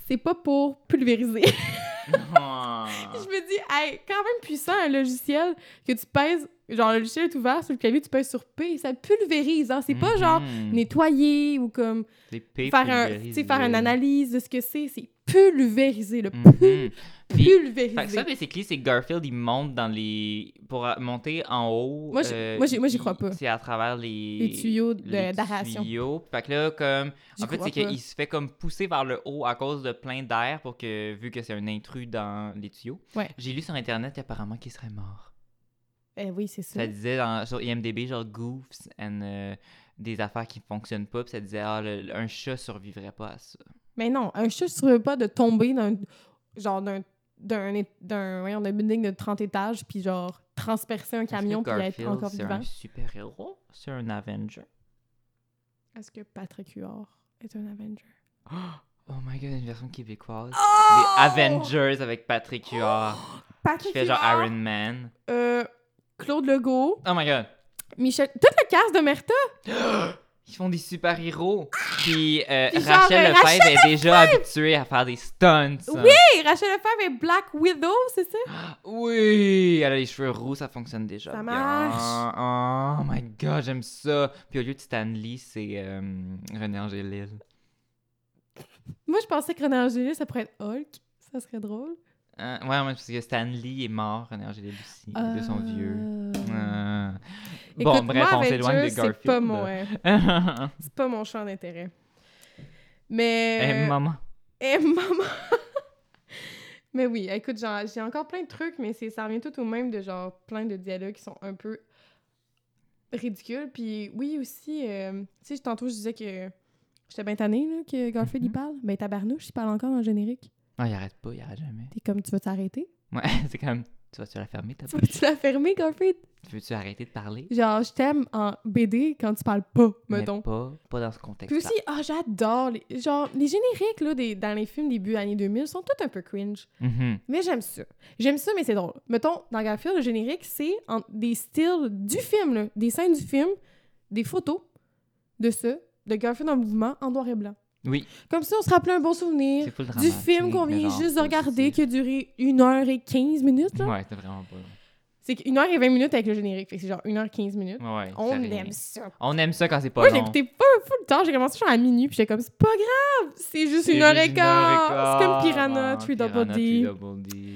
c'est pas pour pulvériser.
Ah.
Je me dis, hey, quand même puissant un logiciel que tu pèses, genre le logiciel est ouvert sur le clavier, tu pèses sur P, ça pulvérise, hein. C'est pas genre
Mhm.
nettoyer ou comme
C'est pire
faire, un, tu
pulvérisé.
sais, faire une analyse de ce que c'est, c'est pulvériser, le
Mhm. Puis- Fait que
pulvériser.
ça, basically, c'est que Garfield, il monte dans les. Pour euh, monter en haut. euh,
Moi, je- moi, j'y- moi, j'y crois pas.
il- C'est à travers les.
Les tuyaux de-
les
d'aération.
tuyaux. Fait que là, comme.
J'y
en fait,
crois
c'est
pas.
qu'il se fait comme pousser vers le haut à cause de plein d'air pour que. Vu que c'est un intrus dans les tuyaux.
Ouais.
J'ai lu sur Internet apparemment qu'il serait mort.
Eh oui, c'est ça.
Ça disait dans- sur IMDb, genre goofs and. euh, des affaires qui fonctionnent pas, puis ça disait, ah, le- un chat survivrait pas à ça.
Mais non, un chat ne veut pas de tomber d'un genre d'un d'un é- d'un voyons, d'un building de 30 étages puis genre transpercer un camion puis
Est-ce que
être
Garfield,
encore
c'est
vivant.
un super-héros? C'est un Avenger?
Est-ce que Patrick Huard est un Avenger?
Oh my god, une version québécoise.
Oh!
Des Avengers avec Patrick Huard qui
Patrick
fait genre
Huard,
Iron Man.
euh, Claude Legault,
Oh my god.
Michel. Tout le cast de Merta.
Ils font des super-héros. Puis, euh,
Puis genre,
Rachel
euh,
Lefebvre est déjà habituée à faire des stunts. hein.
Oui! Hey, Rachel Lefebvre est Black Widow, c'est ça?
Oui! Elle a les cheveux roux, ça fonctionne déjà.
Ça
bien.
marche.
Oh my god, j'aime ça. Puis au lieu de Stanley, c'est euh, René Angélil.
Moi, je pensais que René Angélil, ça pourrait être Hulk. Ça serait drôle.
Euh, ouais, ouais, parce que Stanley est mort, René Angélil aussi. De son vieux. Euh,
Écoute,
Bon, bref,
moi,
on s'éloigne de
Avengers,
Garfield.
C'est pas mon, euh,
mon...
c'est pas mon champ d'intérêt. Mais.
Eh, maman.
Eh, maman! mais oui, écoute, genre, j'ai encore plein de trucs, mais c'est, ça revient tout au même de genre plein de dialogues qui sont un peu ridicules. Puis oui, aussi, euh, tu sais, tantôt je disais que j'étais bien tannée là, que Garfield
Mhm.
il parle. Ben, tabarnouche, il parle encore en générique.
Non, il arrête pas, il arrête jamais.
T'es comme, tu vas t'arrêter?
Ouais, c'est comme, tu vas-tu la fermer, ta
Tu vas-tu la fermer, Garfield?
bouche? Veux-tu arrêter de parler?
Genre, je t'aime en BD quand tu parles pas,
Mais
mettons.
Pas, pas dans ce
Puis
contexte-là.
aussi, ah, j'adore les, genre, les génériques là, des, dans les films début années 2000 sont tous un peu cringe.
Mhm.
Mais j'aime ça. J'aime ça, mais c'est drôle. Mettons, dans Garfield, le générique, c'est en- des styles du film, là, des scènes du film, des photos de ça, de Garfield en mouvement, en noir et blanc.
Oui,
Comme ça, on se rappelait un bon souvenir
c'est full
du
dramatique,
film qu'on
mais
vient
genre
juste de regarder,
positif.
qui a duré 1 heure et 15 minutes. là.
Ouais, c'est vraiment pas...
C'est qu- 1 heure et 20 minutes avec le générique, fait que c'est genre 1 heure 15 minutes.
Ouais, ouais,
on
ça rit.
aime ça.
On aime ça quand c'est pas
Moi, j'ai
long.
écouté pas un fou le temps, j'ai commencé genre à minuit, puis j'étais comme, c'est pas grave, c'est juste
C'est
1 heure
juste
et quart. C'est comme Piranha,
Ah,
Three
Piranha,
Double
Three
D.
Double D.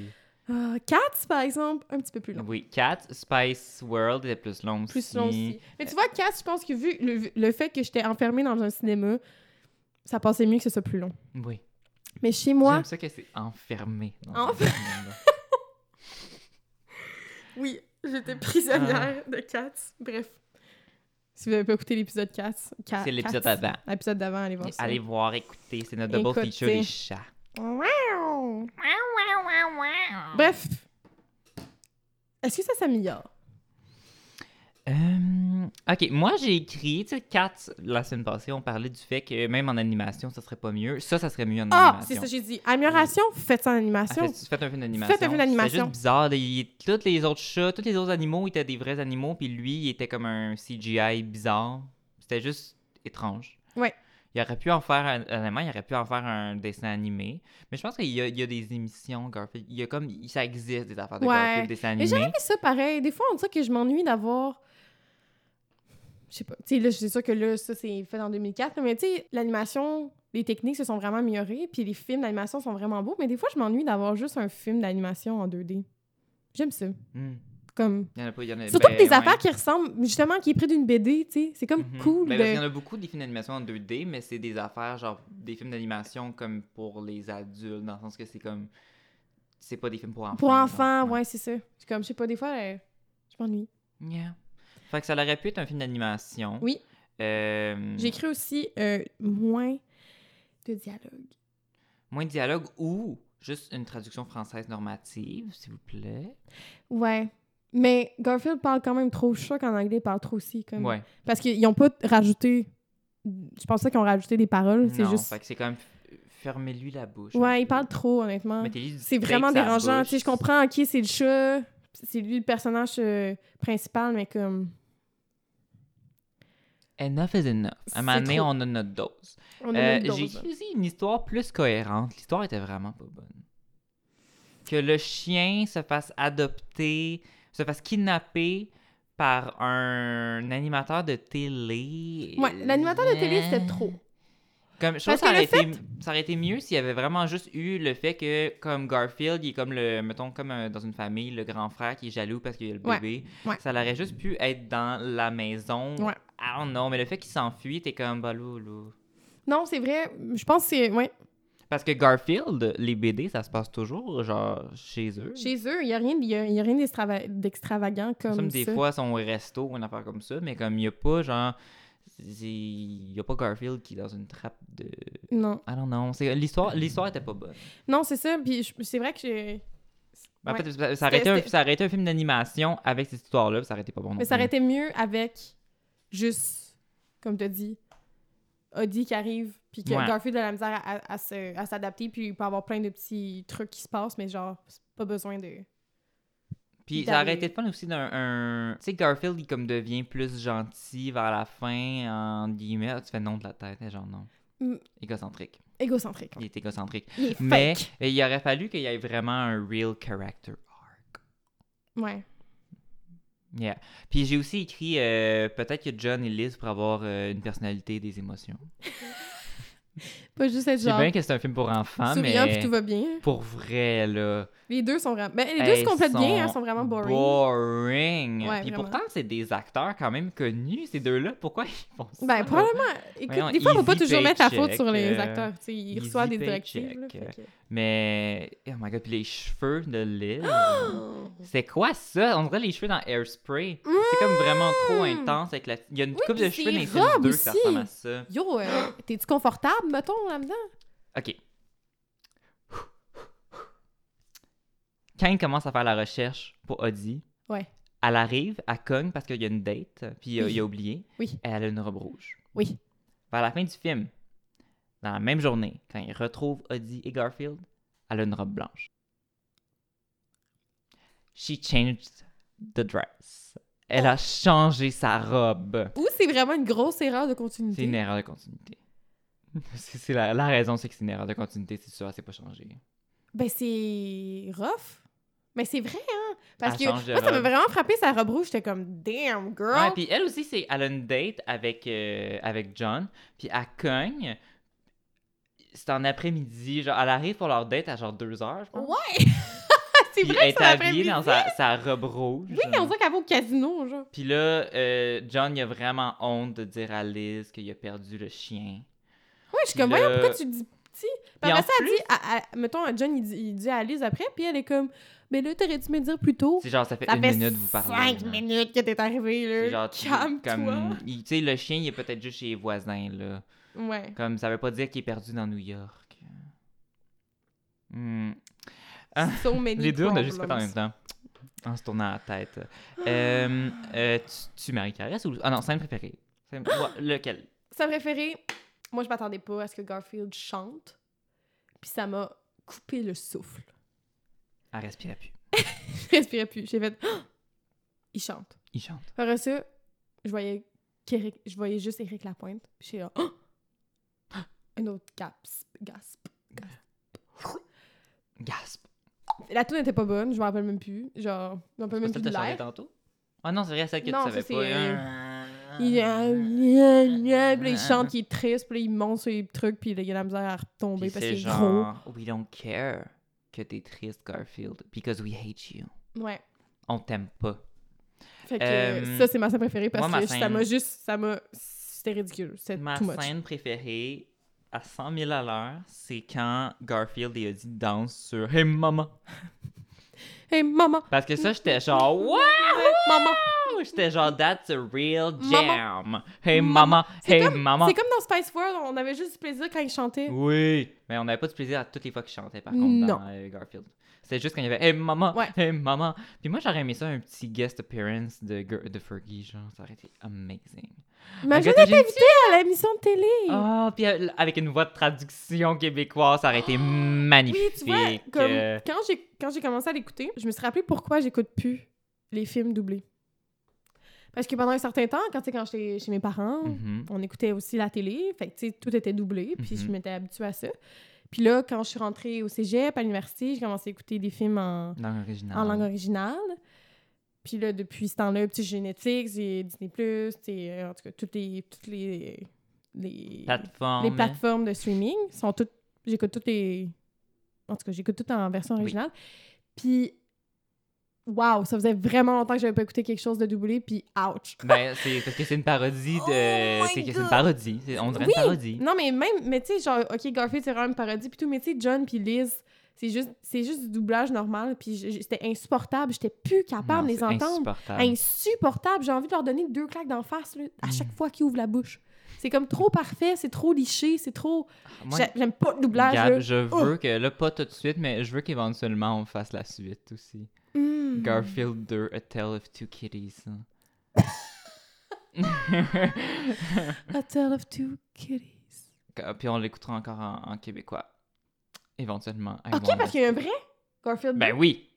Ah, Cats, par exemple, un petit peu plus long.
Oui, Cat, Spice World était plus long aussi.
plus long aussi. Mais tu vois, Cass, je pense que vu le, le fait que j'étais enfermée dans un cinéma, ça passait mieux que ce soit plus long.
Oui.
Mais chez moi,
J'aime ça que c'est enfermé. dans un
Enfer-
cinéma.
oui, j'étais
Ah.
prisonnière de Cass. Bref. Si vous avez pas écouté l'épisode 4,
C'est l'épisode avant.
L'épisode d'avant, allez voir
Mais
ça.
Allez voir, écoutez, c'est notre double
Écoutez.
feature des chats.
Wow! Bref. Est-ce que ça s'améliore?
Euh, ok, moi j'ai écrit, tu sais, Kat, la semaine passée, on parlait du fait que même en animation, ça serait pas mieux. Ça, ça serait mieux en
Ah, c'est
animation.
ça que j'ai dit. Amélioration, faites ça en
Ah,
animation.
faites, faites un film d'animation.
Faites un film d'animation.
C'est juste bizarre. de- il- tous les autres chats, tous les autres animaux étaient des vrais animaux, puis lui, il était comme un CGI bizarre. C'était juste étrange.
Ouais.
Il aurait pu en faire, un- honnêtement, il aurait pu en faire un dessin animé. Mais je pense qu'il y, a- il y a des émissions, Garfield. Il y a comme, ça existe des affaires de
Ouais.
Garfield, des dessins
Mais
animés.
j'aime ça pareil. Des fois, on dirait que je m'ennuie d'avoir. Je sais pas. Tu sais, là, c'est sûr que là, ça, c'est fait en 2004. là, mais tu sais, l'animation, les techniques se sont vraiment améliorées. Puis les films d'animation sont vraiment beaux. Mais des fois, je m'ennuie d'avoir juste un film d'animation en 2D. J'aime ça.
Hmm.
Comme...
Il y en a pas, il y en a
Surtout
ben,
que des
ouais.
affaires qui ressemblent, justement, qui est pris d'une BD, tu sais. C'est comme
Mhm.
cool.
Ben,
de-
parce qu'il y en a beaucoup des films d'animation en 2D, mais c'est des affaires, genre des films d'animation comme pour les adultes, dans le sens que c'est comme. C'est pas des films pour enfants.
Pour
genre.
enfants, ouais, c'est ça. C'est comme, je sais pas, des fois, euh, je m'ennuie.
Yeah. Fait que ça aurait pu être un film d'animation.
Oui.
Euh,
J'ai écrit aussi euh, moins de dialogue.
Moins de dialogue ou juste une traduction française normative, s'il vous plaît.
Ouais. Mais Garfield parle quand même trop chat qu'en anglais, il parle trop aussi. Comme...
Ouais.
Parce qu'ils n'ont pas rajouté. Je pense pas qu'ils ont rajouté des paroles. Hum, C'est
Non,
juste.
fait que c'est quand même. Fermez-lui la bouche. un
Ouais,
peu.
il parle trop, honnêtement.
Mettez-lui du
C'est
steak
vraiment
sur la
dérangeant.
bouche.
Tu sais, je comprends, ok, c'est le chat, c'est lui le personnage euh, principal, mais comme.
Enough is enough. À
C'est
un moment donné,
trop.
on a notre dose.
On a
Euh,
mis une
J'ai
dose.
écrit aussi une histoire plus cohérente. L'histoire était vraiment pas bonne. Que le chien se fasse adopter, se fasse kidnapper par un animateur de télé.
Ouais, l'animateur de télé, c'était trop.
Comme, je trouve
Parce
que ça
que
aurait,
le
été, ça aurait été mieux s'il y avait vraiment juste eu le fait que, comme Garfield, il est comme le, mettons, comme euh, dans une famille, le grand frère qui est jaloux parce qu'il y a le
Ouais,
bébé.
ouais.
Ça aurait juste pu être dans la maison.
Ouais.
Ah non, mais le fait qu'il s'enfuit, t'es comme, bah loulou.
Non, c'est vrai. Je pense que c'est. Ouais.
Parce que Garfield, les BD, ça se passe toujours, genre, chez eux.
Chez eux, il n'y a rien, y a- y a rien d'extrava- d'extravagant comme.
Comme
ça.
des fois, ils sont au resto ou une affaire comme ça, mais comme il n'y a pas, genre, c'est- il n'y a pas Garfield qui est dans une trappe de.
Non.
Ah non, non, c'est- l'histoire l'histoire était pas bonne.
Non, c'est ça. Puis je- c'est vrai que. j'ai-
Ben, En
Ouais.
fait, ça- ça aurait, été
C'était-
un,
c'était-
ça aurait été un film d'animation avec cette histoire-là, puis ça aurait été pas bon. non
Mais ça
plus.
aurait été mieux avec juste, comme tu dit, Audie qui arrive, puis que
Ouais.
Garfield a la misère à, à- à se- à s'adapter, puis il peut avoir plein de petits trucs qui se passent, mais genre, c'est pas besoin de.
Puis ça
d'aller-
aurait été le fun aussi d'un. un- Tu sais, Garfield, il comme devient plus gentil vers la fin, en guillemets. Ah, tu fais non de la tête, hein, genre non.
Mm.
Égocentrique.
égocentrique.
Il est égocentrique.
Il est
Mais
fake.
il aurait fallu qu'il y ait vraiment un real character arc.
Ouais.
Yeah. Puis j'ai aussi écrit euh, peut-être que John et Liz pourraient avoir euh, une personnalité et des émotions.
Pas juste être
Je sais
genre.
bien que c'est un film pour enfants,
souriant,
mais
puis tout va bien.
pour vrai, là.
Les deux sont vraiment. Ben, les deux
Hey,
se complètent
sont
bien, hein, sont vraiment boring.
Boring.
Ouais,
Puis
vraiment.
pourtant, c'est des acteurs quand même connus, ces deux-là. Pourquoi ils font ça?
Ben, probablement. Écoute,
Voyons,
des fois, faut pas
easy
toujours mettre la faute
paycheck,
sur les
euh,
acteurs. tu sais, ils
easy
reçoivent des directives. là,
paycheck,
fait que-
Mais, oh my god, puis les cheveux de Liz. c'est quoi ça? On dirait les cheveux dans Airspray. C'est comme vraiment trop
Mm.
intense. Avec la... Il y a une coupe
Hmm. puis
de cheveux dans
ses
les films
robes
2 que ça
aussi.
ressemble à ça.
Yo, euh, t'es-tu confortable, mettons, là-dedans?
OK. Quand il commence à faire la recherche pour Audie,
Ouais.
elle arrive, elle cogne parce qu'il y a une date, puis euh,
Oui.
il a oublié.
Oui.
Elle a une robe rouge.
Oui.
Vers la fin du film, dans la même journée, quand ils retrouvent Audie et Garfield, elle a une robe blanche. She changed the dress.
Oh.
Elle a changé sa robe.
Ou c'est vraiment une grosse erreur de continuité.
C'est une erreur de continuité. C'est c'est la, la raison, c'est que c'est une erreur de continuité, c'est sûr, c'est pas changé.
Ben, c'est rough. Mais c'est vrai, hein? Parce
Elle
que
change de
moi, ça m'a
robe.
vraiment frappé sa robe rouge. J'étais comme, damn, girl.
Ouais, puis elle aussi, c'est, elle a une date avec, euh, avec John, puis elle cogne. C'est en après-midi, genre, elle arrive pour leur date à genre 2 heures, je pense.
Ouais! c'est
Puis
vrai
elle
que
est
ça m'a
habillée dans
frappé.
sa, sa robe rouge.
Oui, on dirait qu'elle va au casino, genre.
Puis là, euh, John, il a vraiment honte de dire à Liz qu'il a perdu le chien.
Ouais, je suis comme,
Le-
voyons, pourquoi tu dis petit? Puis
Puis en
après ça, elle
plus-
dit, à- à- mettons, à John, il dit, il dit à Alice après, puis elle est comme, mais là, t'aurais dû me dire plus tôt.
C'est genre, ça fait
Ça
une
fait
minute vous parlez.
cinq
là.
minutes que t'es arrivé,
C'est
là.
genre, tu-
Calme-toi.
comme, il- Tu sais, le chien, il est peut-être juste chez les voisins, là.
Ouais.
Comme ça veut pas dire qu'il est perdu dans New York. Hmm. Ah,
So many
Les deux, on a juste fait en
problems.
même temps. Ah, En se tournant la tête. Euh, euh, tu, tu maries Caresse ou. Ah non, scène préférée. Scène- Ouais, lequel
Ça préférée, moi, je m'attendais pas à ce que Garfield chante. Puis ça m'a coupé le souffle.
Elle respirait plus.
Je respirais plus. J'ai fait... Ah! Il chante.
Il chante.
Après ça, je voyais, qu'Éric- je voyais juste Eric Lapointe. Puis j'ai là... Ah! Ah! Un autre gasp. gasp.
Gasp.
La tune n'était pas bonne. Je me rappelle même plus. Genre, je me rappelle même
Parce que
plus
t'as
de
chanté
l'air.
tantôt Ah non, c'est vrai, celle que
Non,
tu
ça,
savais
c'est,
pas.
euh,
hein.
Il, euh, lia, lia, puis là, il chante, puis il est triste, puis là, il monte sur les trucs, puis là, il a la misère à retomber
Puis
parce qu'il
c'est
est gros.
genre. We don't care que t'es triste, Garfield, because we hate you.
Ouais.
on t'aime pas.
Fait que euh,
Euh,
ça, c'est ma scène préférée parce
moi, ma
que ça
scène-
m'a juste. Ça m'a. C'était ridicule. C'était
Ma
too much.
scène préférée à 100 000 à l'heure, c'est quand Garfield et Odie dansent sur Hey Maman.
Hey, maman!
Parce que ça, j'étais genre Wouh!
Maman!
J'étais genre That's a real
Maman.
jam. Hey Maman,
C'est
hey
comme-
Maman.
C'est comme dans Spice World, on avait juste du plaisir quand ils chantaient.
Oui. Mais on n'avait pas du plaisir à toutes les fois qu'il chantait, par contre,
Non.
dans euh, Garfield. C'était juste quand il y avait Hey maman,
Ouais.
hey maman. Puis moi, j'aurais aimé ça, un petit guest appearance de, Gur- de Fergie, genre, ça aurait été amazing.
Imagine
Agatha,
d'être
j'ai-
invité à l'émission de télé!
Ah, puis euh, avec une voix de traduction québécoise, ça aurait été magnifique.
Oui, tu vois, comme
Euh,
quand j'ai quand j'ai commencé à l'écouter, je me suis rappelé pourquoi j'écoute plus les films doublés. Parce que pendant un certain temps, quand tu sais, quand j'étais chez mes parents,
mhm.
on écoutait aussi la télé, fait que tu sais, tout était doublé, puis
Mhm.
je m'étais habituée à ça. Puis là, quand je suis rentrée au cégep, à l'université, j'ai commencé à écouter des films en,
Langue originale.
en langue originale. Puis là, depuis ce temps-là, tu sais, j'ai Netflix, j'ai Disney+, tu sais, euh, en tout cas, toutes les... Toutes les, les
Plateforme.
les plateformes de streaming sont toutes. J'écoute toutes les. En tout cas, j'écoute tout en version
Oui.
originale. Puis, waouh, ça faisait vraiment longtemps que j'avais pas écouté quelque chose de doublé, puis ouch.
Ben, c'est parce que c'est une parodie de.
Oh my
c'est que c'est
God.
une parodie. C'est- On dirait
Oui.
une parodie.
Non, mais même, mais tu sais, genre, OK, Garfield, c'est vraiment une parodie, puis tout, mais tu sais, John puis Liz, c'est juste, c'est juste du doublage normal, puis j- j- c'était insupportable, j'étais plus capable de
Non,
les
c'est
entendre.
insupportable.
Insupportable, j'ai envie de leur donner deux claques d'en face, là,
Hmm.
à chaque fois qu'ils ouvrent la bouche. C'est comme trop parfait, c'est trop liché, c'est trop.
Ah, Moi,
J'a- J'aime pas le doublage.
Gab,
là.
je
Oh!
veux que, là, pas tout de suite, mais je veux qu'éventuellement on fasse la suite aussi.
Mm.
Garfield 2, A Tale of Two Kitties.
A Tale of Two Kitties.
Qu- Puis on l'écoutera encore en, en québécois. Éventuellement. I
Ok,
wanna-
parce qu'il y a un vrai Garfield.
Ben oui!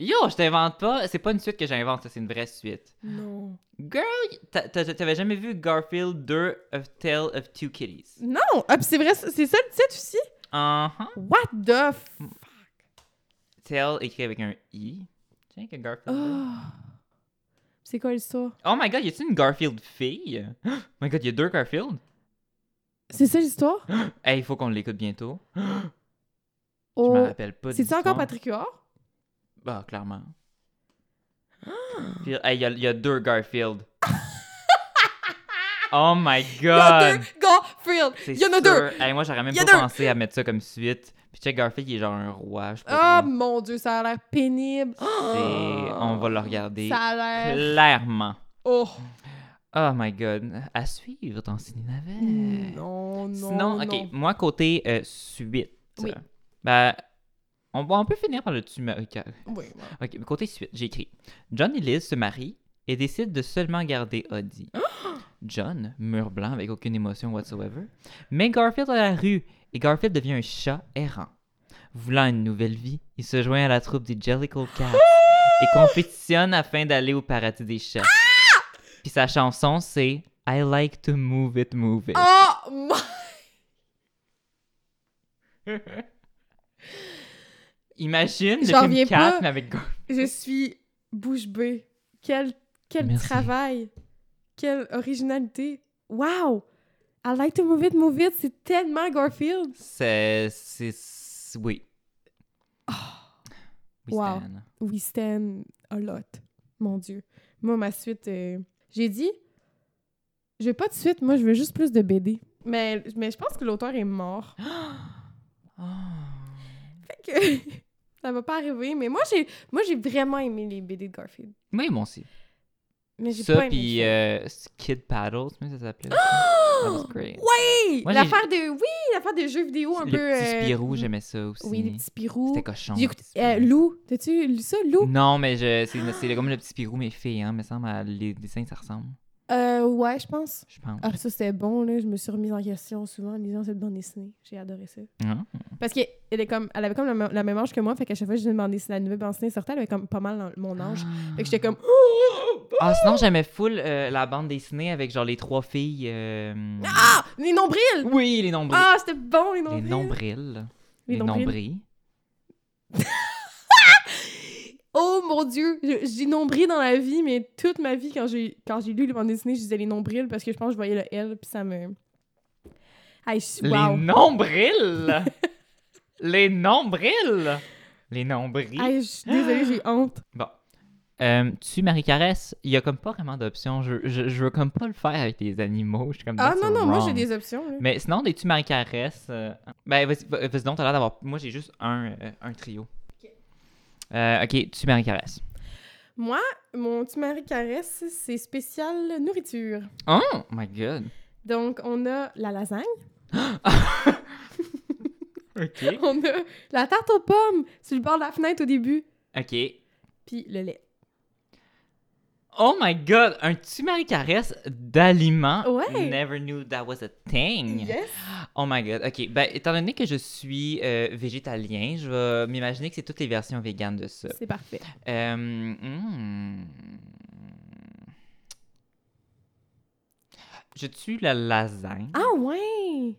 Yo, je t'invente pas. C'est pas une suite que j'invente, ça, c'est une vraie suite.
Non.
Girl, t'a- t'a- t'avais jamais vu Garfield 2, A Tale of Two Kitties?
Non! Ah, puis c'est vrai, c'est ça le titre aussi?
Uh-huh.
What the f...
Hmm. Tale écrit avec un I. Tiens, que Garfield. deux.
Oh. C'est quoi l'histoire?
Oh my god, y a-tu une Garfield fille? Oh my god, y a deux Garfield?
C'est ça l'histoire?
Hey, il faut qu'on l'écoute bientôt. Je
Oh.
me rappelle pas. de
C'est-tu encore
l'histoire.
Patrick Huard?
Bah, clairement. Puis, hey, il y, a- il y a deux Garfield. oh my
Il y a
god!
deux Garfield!
C'est
Il y en a
sûr.
deux!
Hey, moi, j'aurais même
Il y a
pas
deux.
pensé à mettre ça comme suite. Puis, check, Garfield, il est genre un roi. Je sais pas
Oh mon dieu, ça a l'air pénible.
trop. C'est- On va le regarder.
Ça a l'air...
Clairement.
Oh!
Oh my god. À suivre dans Ciné-Navet.
Non, non,
Euh, Sinon, ok,
non.
moi, côté euh, suite.
Oui.
Ben, on, on peut finir par le tumeur. ok.
Oui, ouais.
Ok, côté suite, j'ai écrit. John et Liz se marient et décident de seulement garder Audie. John, mur blanc avec aucune émotion whatsoever, met Garfield à la rue et Garfield devient un chat errant. Voulant une nouvelle vie, il se joint à la troupe des Jellicle Cats et compétitionne afin d'aller au paradis des chats.
Ah!
Puis sa chanson, c'est I like to move it, move it.
Oh mon...
Imagine,
J'en
le film
reviens
4,
pas.
mais avec Garfield.
Je suis bouche bée. Quel, quel
Merci.
travail! Quelle originalité! Wow! I like to move it, move it! C'est tellement Garfield!
C'est. c'est- c'est- Oui. Oui,
Ah! Wow.
Stan.
We stand a lot. Mon Dieu. Moi, ma suite, euh, j'ai dit, je veux pas de suite, moi, je veux juste plus de BD. Mais, mais je pense que l'auteur est mort.
Ah!
Ah. Fait que ça va pas arriver. Mais moi, j'ai moi j'ai vraiment aimé les BD de Garfield.
Oui, moi aussi.
Mais j'ai pas
Ça,
aimé.
puis
le film.
euh, c'est Kid Paddles, mais ça s'appelait.
Ah!
That was great.
Oui!
Moi, j'ai-
L'affaire de. Oui! L'affaire des jeux vidéo un
Le
peu.
petit
euh,
Spirou, j'aimais ça aussi.
Oui, les petits Spirou.
C'était cochon.
J'ai
le
écouté-
petit
euh,
Spirou.
Lou, t'as-tu lu ça, Lou?
Non, mais je, c'est, c'est comme le petit Spirou, mais fille, hein. Me semble, à- les dessins, ça ressemble.
Euh, ouais, je pense.
Je pense.
Ah, ça, c'était bon, là. Je me suis remise en question souvent en lisant cette bande dessinée. J'ai adoré ça.
Hein?
Parce qu'elle est comme, elle avait comme la, m- la même âge que moi, fait qu'à chaque fois que je lui demandais si la nouvelle bande dessinée sortait, elle avait comme pas mal dans- mon âge. Fait que j'étais comme... oh!
Ah, sinon, j'aimais full euh, la bande dessinée avec genre les trois filles. euh,
Ah! Les nombrils!
Oui, les nombrils.
Ah, c'était bon, les
les
nombrils!
nombrils.
Les nombrils. Oh mon Dieu! Je, je dis nombril dans la vie, mais toute ma vie, quand j'ai quand j'ai lu les bandes dessinées, je disais les nombrils parce que je pense que je voyais le L, puis ça me... Ah, je suis...
Les
wow.
nombrils! les nombrils! Les nombrils.
Hey, je suis désolée, j'ai honte.
Bon. Euh, tu Marie-Caresse, il y a comme pas vraiment d'options. Je, je, je veux comme pas le faire avec les animaux. Je suis comme
Ah
that's
non, non, moi j'ai
wrong.
des options. là.
Mais sinon, des tu Marie-Caresse. euh, Ben, vas-y, va- vas-y donc, t'as l'air d'avoir. Moi, j'ai juste un, euh, un trio. Euh, ok, tu Marie-Caresse.
Moi, mon petit Marie-Caresse, c'est spécial nourriture.
Oh my god.
Donc, on a la lasagne,
Ok.
on a la tarte aux pommes sur le bord de la fenêtre au début,
Ok.
puis le lait.
Oh my god, un tu Marie-Caresse d'aliments.
Ouais.
Never knew that was a thing.
Yes!
Oh my god, ok. Ben, étant donné que je suis euh, végétalien, je vais m'imaginer que c'est toutes les versions véganes de ça.
C'est parfait.
Euh, hmm. Je tue la lasagne.
Ah ouais!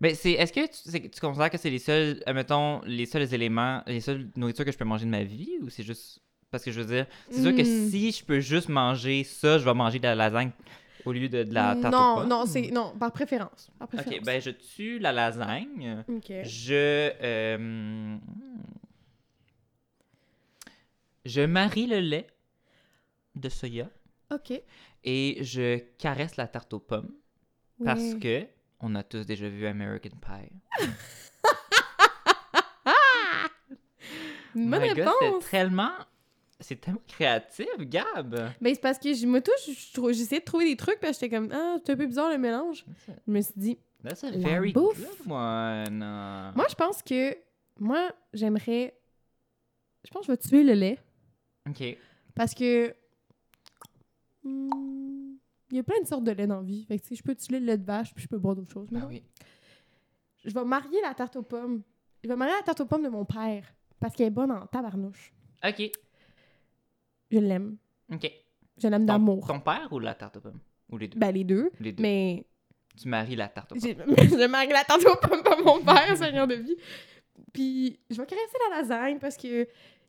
Mais c'est, est-ce que tu, c'est- tu considères que c'est les seuls, euh, mettons, les seuls éléments, les seules nourritures que je peux manger de ma vie ou c'est juste. Parce que je veux dire, c'est sûr que
Hmm.
si je peux juste manger ça, je vais manger de la lasagne au lieu de, de la tarte aux
Hmm, non,
pommes.
non, c'est... Non, par préférence. Par préférence.
Ok, ben je tue la lasagne.
Ok.
Je. euh, hmm. je marie le lait de soya
Ok.
et je caresse la tarte aux pommes parce
Ouais.
que on a tous déjà vu American Pie.
Bonne
My God, c'est
réponse!
tellement. C'est tellement créatif, Gab!
Ben, c'est parce que je me touche, je trou- j'essayais de trouver des trucs, puis j'étais comme, ah, c'est un peu bizarre le mélange. Je me suis dit,
That's a
La
very
bouffe.
good one!
moi, je pense que, moi, j'aimerais, je pense que je vais tuer le lait,
Ok.
parce que, hmm, il y a plein de sortes de lait dans la vie. Fait que, tu sais, je peux tuer le lait de vache, puis je peux boire d'autres choses. mais
Ah
non.
oui.
Je vais marier la tarte aux pommes. Je vais marier la tarte aux pommes de mon père, parce qu'elle est bonne en tabarnouche.
Ok.
Je l'aime.
Ok.
Je l'aime
Ton-
d'amour.
Ton père ou la tarte aux pommes? Ou les deux?
Ben, les deux.
les deux.
Mais
Tu maries la tarte aux pommes.
J'ai- je manque la tante aux pommes pour mon père, seigneur de vie. Puis je vais caresser la lasagne parce que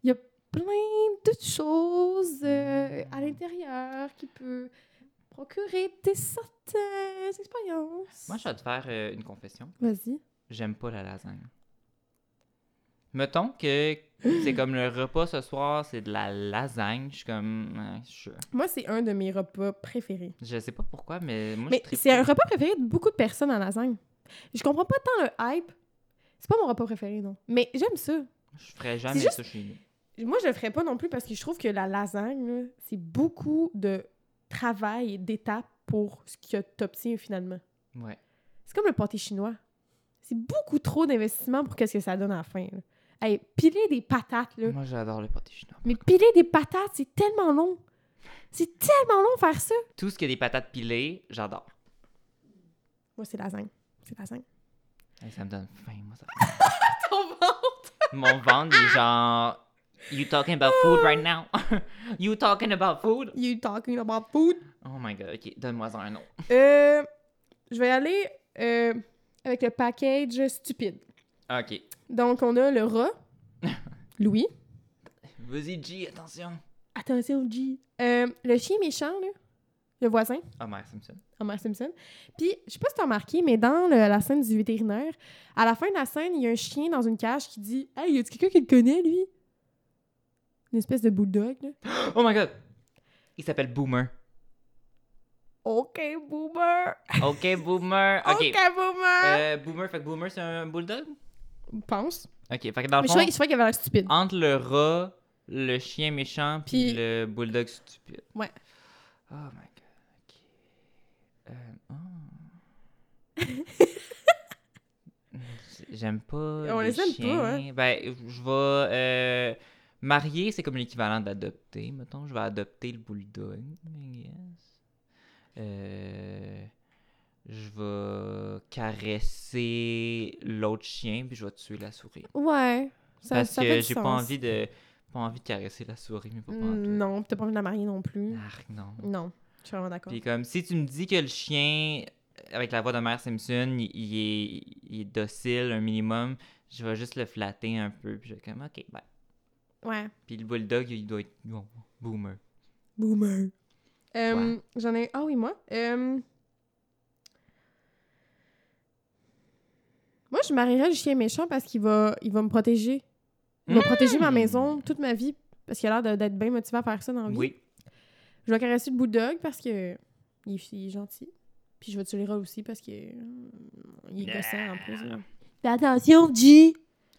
il y a plein de choses euh, à l'intérieur qui peut procurer des certaines expériences.
Moi, je vais te faire euh, une confession.
Vas-y.
J'aime pas la lasagne. Mettons que c'est comme le repas ce soir, c'est de la lasagne. Je suis comme. euh, Je,
Moi, c'est un de mes repas préférés.
je sais pas pourquoi, mais moi,
Mais
je tripe
c'est
pas.
un repas préféré de beaucoup de personnes en lasagne. Je comprends pas tant le hype. C'est pas mon repas préféré, non. Mais j'aime ça.
Je ferais jamais
juste-
ça chez nous.
Moi, je le ferais pas non plus parce que je trouve que la lasagne, là, c'est beaucoup de travail et d'étapes pour ce que tu obtiens finalement.
Ouais.
C'est comme le pâté chinois. C'est beaucoup trop d'investissement pour qu'est-ce que ça donne à la fin. là. Hey, piler des patates, là.
Moi, j'adore le pâté chinois.
Mais piler des patates, c'est tellement long. C'est tellement long faire ça.
Tout ce qui est des patates pilées, j'adore.
Moi, c'est lasagne. C'est lasagne.
Hey, ça me donne faim, moi, ça.
Ton ventre!
Mon ventre est genre. You talking about food right now? you talking about food?
You talking about food?
Oh my god, ok, donne-moi un autre.
Euh, je vais y aller euh, avec le package stupide.
Ok.
Donc, on a le rat, Louis.
Vas-y, G, attention.
Attention, G. Euh, le chien méchant, là, le voisin,
Homer Oh, Simpson.
Homer Simpson. Puis, je sais pas si t'as remarqué, mais dans le- la scène du vétérinaire, à la fin de la scène, il y a un chien dans une cage qui dit Hey, y a-tu quelqu'un qui le connaît, lui Une espèce de bulldog, là.
Oh my god! Il s'appelle Boomer.
Ok, boomer
Ok, Boomer.
Ok,
Ok.
boomer
Euh, boomer, fait que Boomer, c'est un bulldog? Euh,
Pense.
Ok, fait que dans le
Mais je
fond,
crois, je crois qu'il avait l'air stupide.
entre le rat, le chien méchant, puis
Puis-
le bulldog stupide.
Ouais.
Oh my god, ok. Euh, oh. J'aime pas.
On les aime pas,
chiens.
hein.
Ben, je vais. euh, marier, c'est comme l'équivalent d'adopter, mettons. Je vais adopter le bulldog, I guess. Euh, je vais caresser l'autre chien, puis je vais tuer la souris.
Ouais. Ça,
Parce
ça fait
que
du
j'ai pas
sens.
envie de pas envie de caresser la souris, mais pas
Mm,
pantoute.
Non, pis t'as pas envie de la marier non plus.
Arc, non.
Non, je suis vraiment d'accord.
Ah. Puis comme si tu me dis que le chien avec la voix de Mère Simpson, il, il est, il est docile un minimum, je vais juste le flatter un peu, puis je vais comme OK, bye.
Ouais.
Puis le bulldog, il doit être bon, boomer.
Boomer.
Toi.
J'en ai. Ah oui, moi. Euh, Moi, je marierais le chien méchant parce qu'il va, il va me protéger. Il va
Hmm.
protéger ma maison toute ma vie parce qu'il a l'air de- d'être bien motivé à faire ça dans la vie.
Oui.
Je vais caresser le bulldog parce que il est, il est gentil. Puis je vais tuer les rats aussi parce que euh, il est
Ah.
gossant en plus. là.
Attention, G!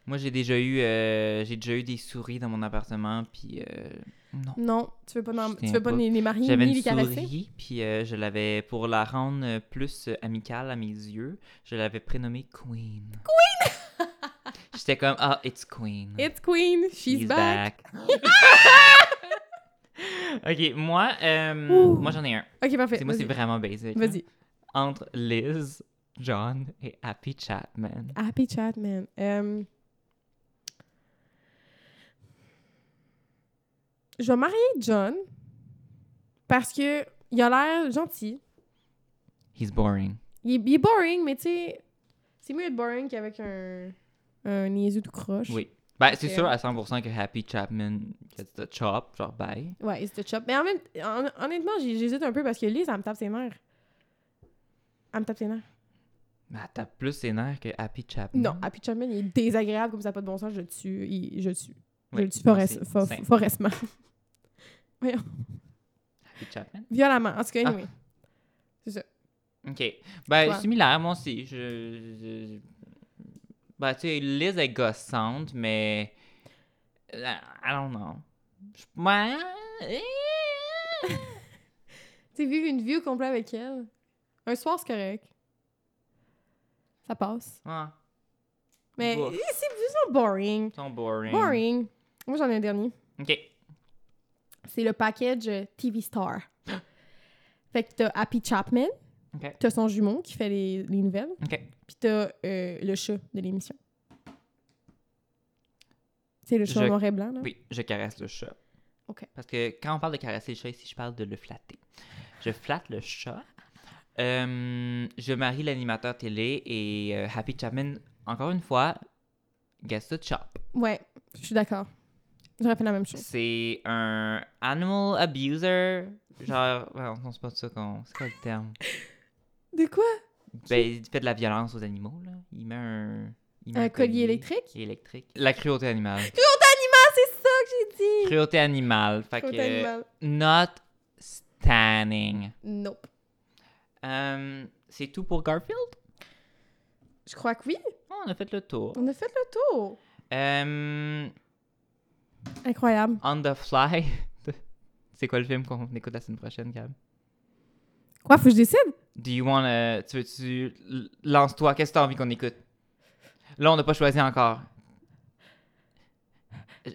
Moi, j'ai déjà eu euh, j'ai déjà eu des souris dans mon appartement, puis euh, non.
Non, tu veux pas, n'en-
Je
tu
tiens
veux pas
pas.
les, les marier
J'avais
ni
une
les caresser?
souris, puis euh, je l'avais, pour la rendre euh, plus euh, amicale à mes yeux, je l'avais prénommée Queen. Queen! J'étais comme, ah, it's Queen.
It's Queen, she's,
He's
back.
ok, moi, euh,
Ouh.
moi j'en ai un.
Ok, parfait.
C'est moi, c'est
vas-y.
vraiment basic. hein.
Vas-y.
Entre Liz, John et Happy Chapman.
Happy chat, man. Euh, Je vais marier John parce que il a l'air gentil.
He's boring.
Il est, il est boring, mais tu sais, c'est mieux être boring qu'avec un, un niaiseux tout croche.
Oui. Ben, c'est
Ok.
sûr à 100% que Happy Chapman, gets the chop, genre bye.
Ouais, it's the chop. Mais en même hon- honnêtement, j'ai- j'hésite un peu parce que Liz, elle me tape ses nerfs. Elle me tape ses nerfs.
Mais elle tape plus ses nerfs que Happy Chapman.
Non, Happy Chapman, il est désagréable comme ça, pas de bon sens. Je le tue. il- je le tue. Je
Oui,
le tue forest-
c'est
fo-
simple.
forestement.
Happy Chapman.
Violemment. En tout cas,
Ah.
anyway.
OK. Ben,
Toi?
similaire, moi aussi. Je, je- Ben, tu sais, Liz est gossante, mais... euh, I don't know. Je- Moi... eh,
Tu sais, vivre une vie au complet avec elle. Un soir, c'est correct. Ça passe.
Ah,
Mais
Bof. Hein?
eh, c'est plus boring.
ils sont boring.
Boring. Moi, j'en ai un dernier.
OK.
C'est le package euh, TV Star. fait que t'as Happy Chapman,
OK.
t'as son jumeau qui fait les, les nouvelles,
OK.
puis t'as euh, le chat de l'émission. C'est le chat
Je-
en noir et blanc, là.
Oui, je caresse le chat.
OK.
Parce que quand on parle de caresser le chat ici, je parle de le flatter. Je flatte le chat. Euh, je marie l'animateur télé et euh, Happy Chapman, encore une fois, gets the chop.
Ouais, je suis d'accord. J'aurais fait la même chose.
C'est un animal abuser. Genre, ouais, non, c'est pas ça qu'on. C'est quoi le terme?
De quoi?
Ben, il fait de la violence aux animaux, là. Il met un. il met
Un collier électrique?
électrique. La cruauté animale.
Ah, c'est ça que j'ai dit!
cruauté animale. Fait
Côté
que.
animal.
Not standing.
Nope.
Euh, c'est tout pour Garfield?
Je crois que oui.
Oh, on a fait le tour.
On a fait le tour.
Euh,
Incroyable.
on the Fly. c'est quoi le film qu'on écoute la semaine prochaine, Gab?
Quoi, faut que je décide?
Do you want Tu veux-tu... l- Lance-toi, qu'est-ce que t'as envie qu'on écoute? Là, on n'a pas choisi encore.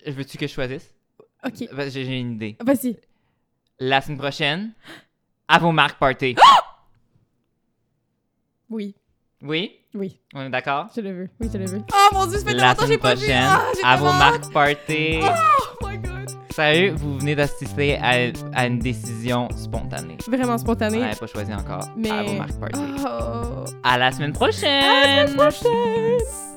Je- Veux-tu que je choisisse?
Ok,
Ben, J'ai j'ai une idée.
vas-y.
La semaine prochaine, à vos marques, party.
Oui,
Oui?
oui,
On est d'accord?
je le veux. Oui, je le veux.
Oh mon dieu, ça fait
La
longtemps que j'ai pas
semaine
vu!
prochaine,
Ah, j'ai
à vos
tellement hâte.
marques, party.
Oh my god!
Sérieux, vous venez d'assister à, à une décision spontanée.
Vraiment
On
spontané.
n'avait pas choisi encore.
Mais-
Ah.
À vos marques, party.
Oh.
À la semaine prochaine! À la semaine prochaine!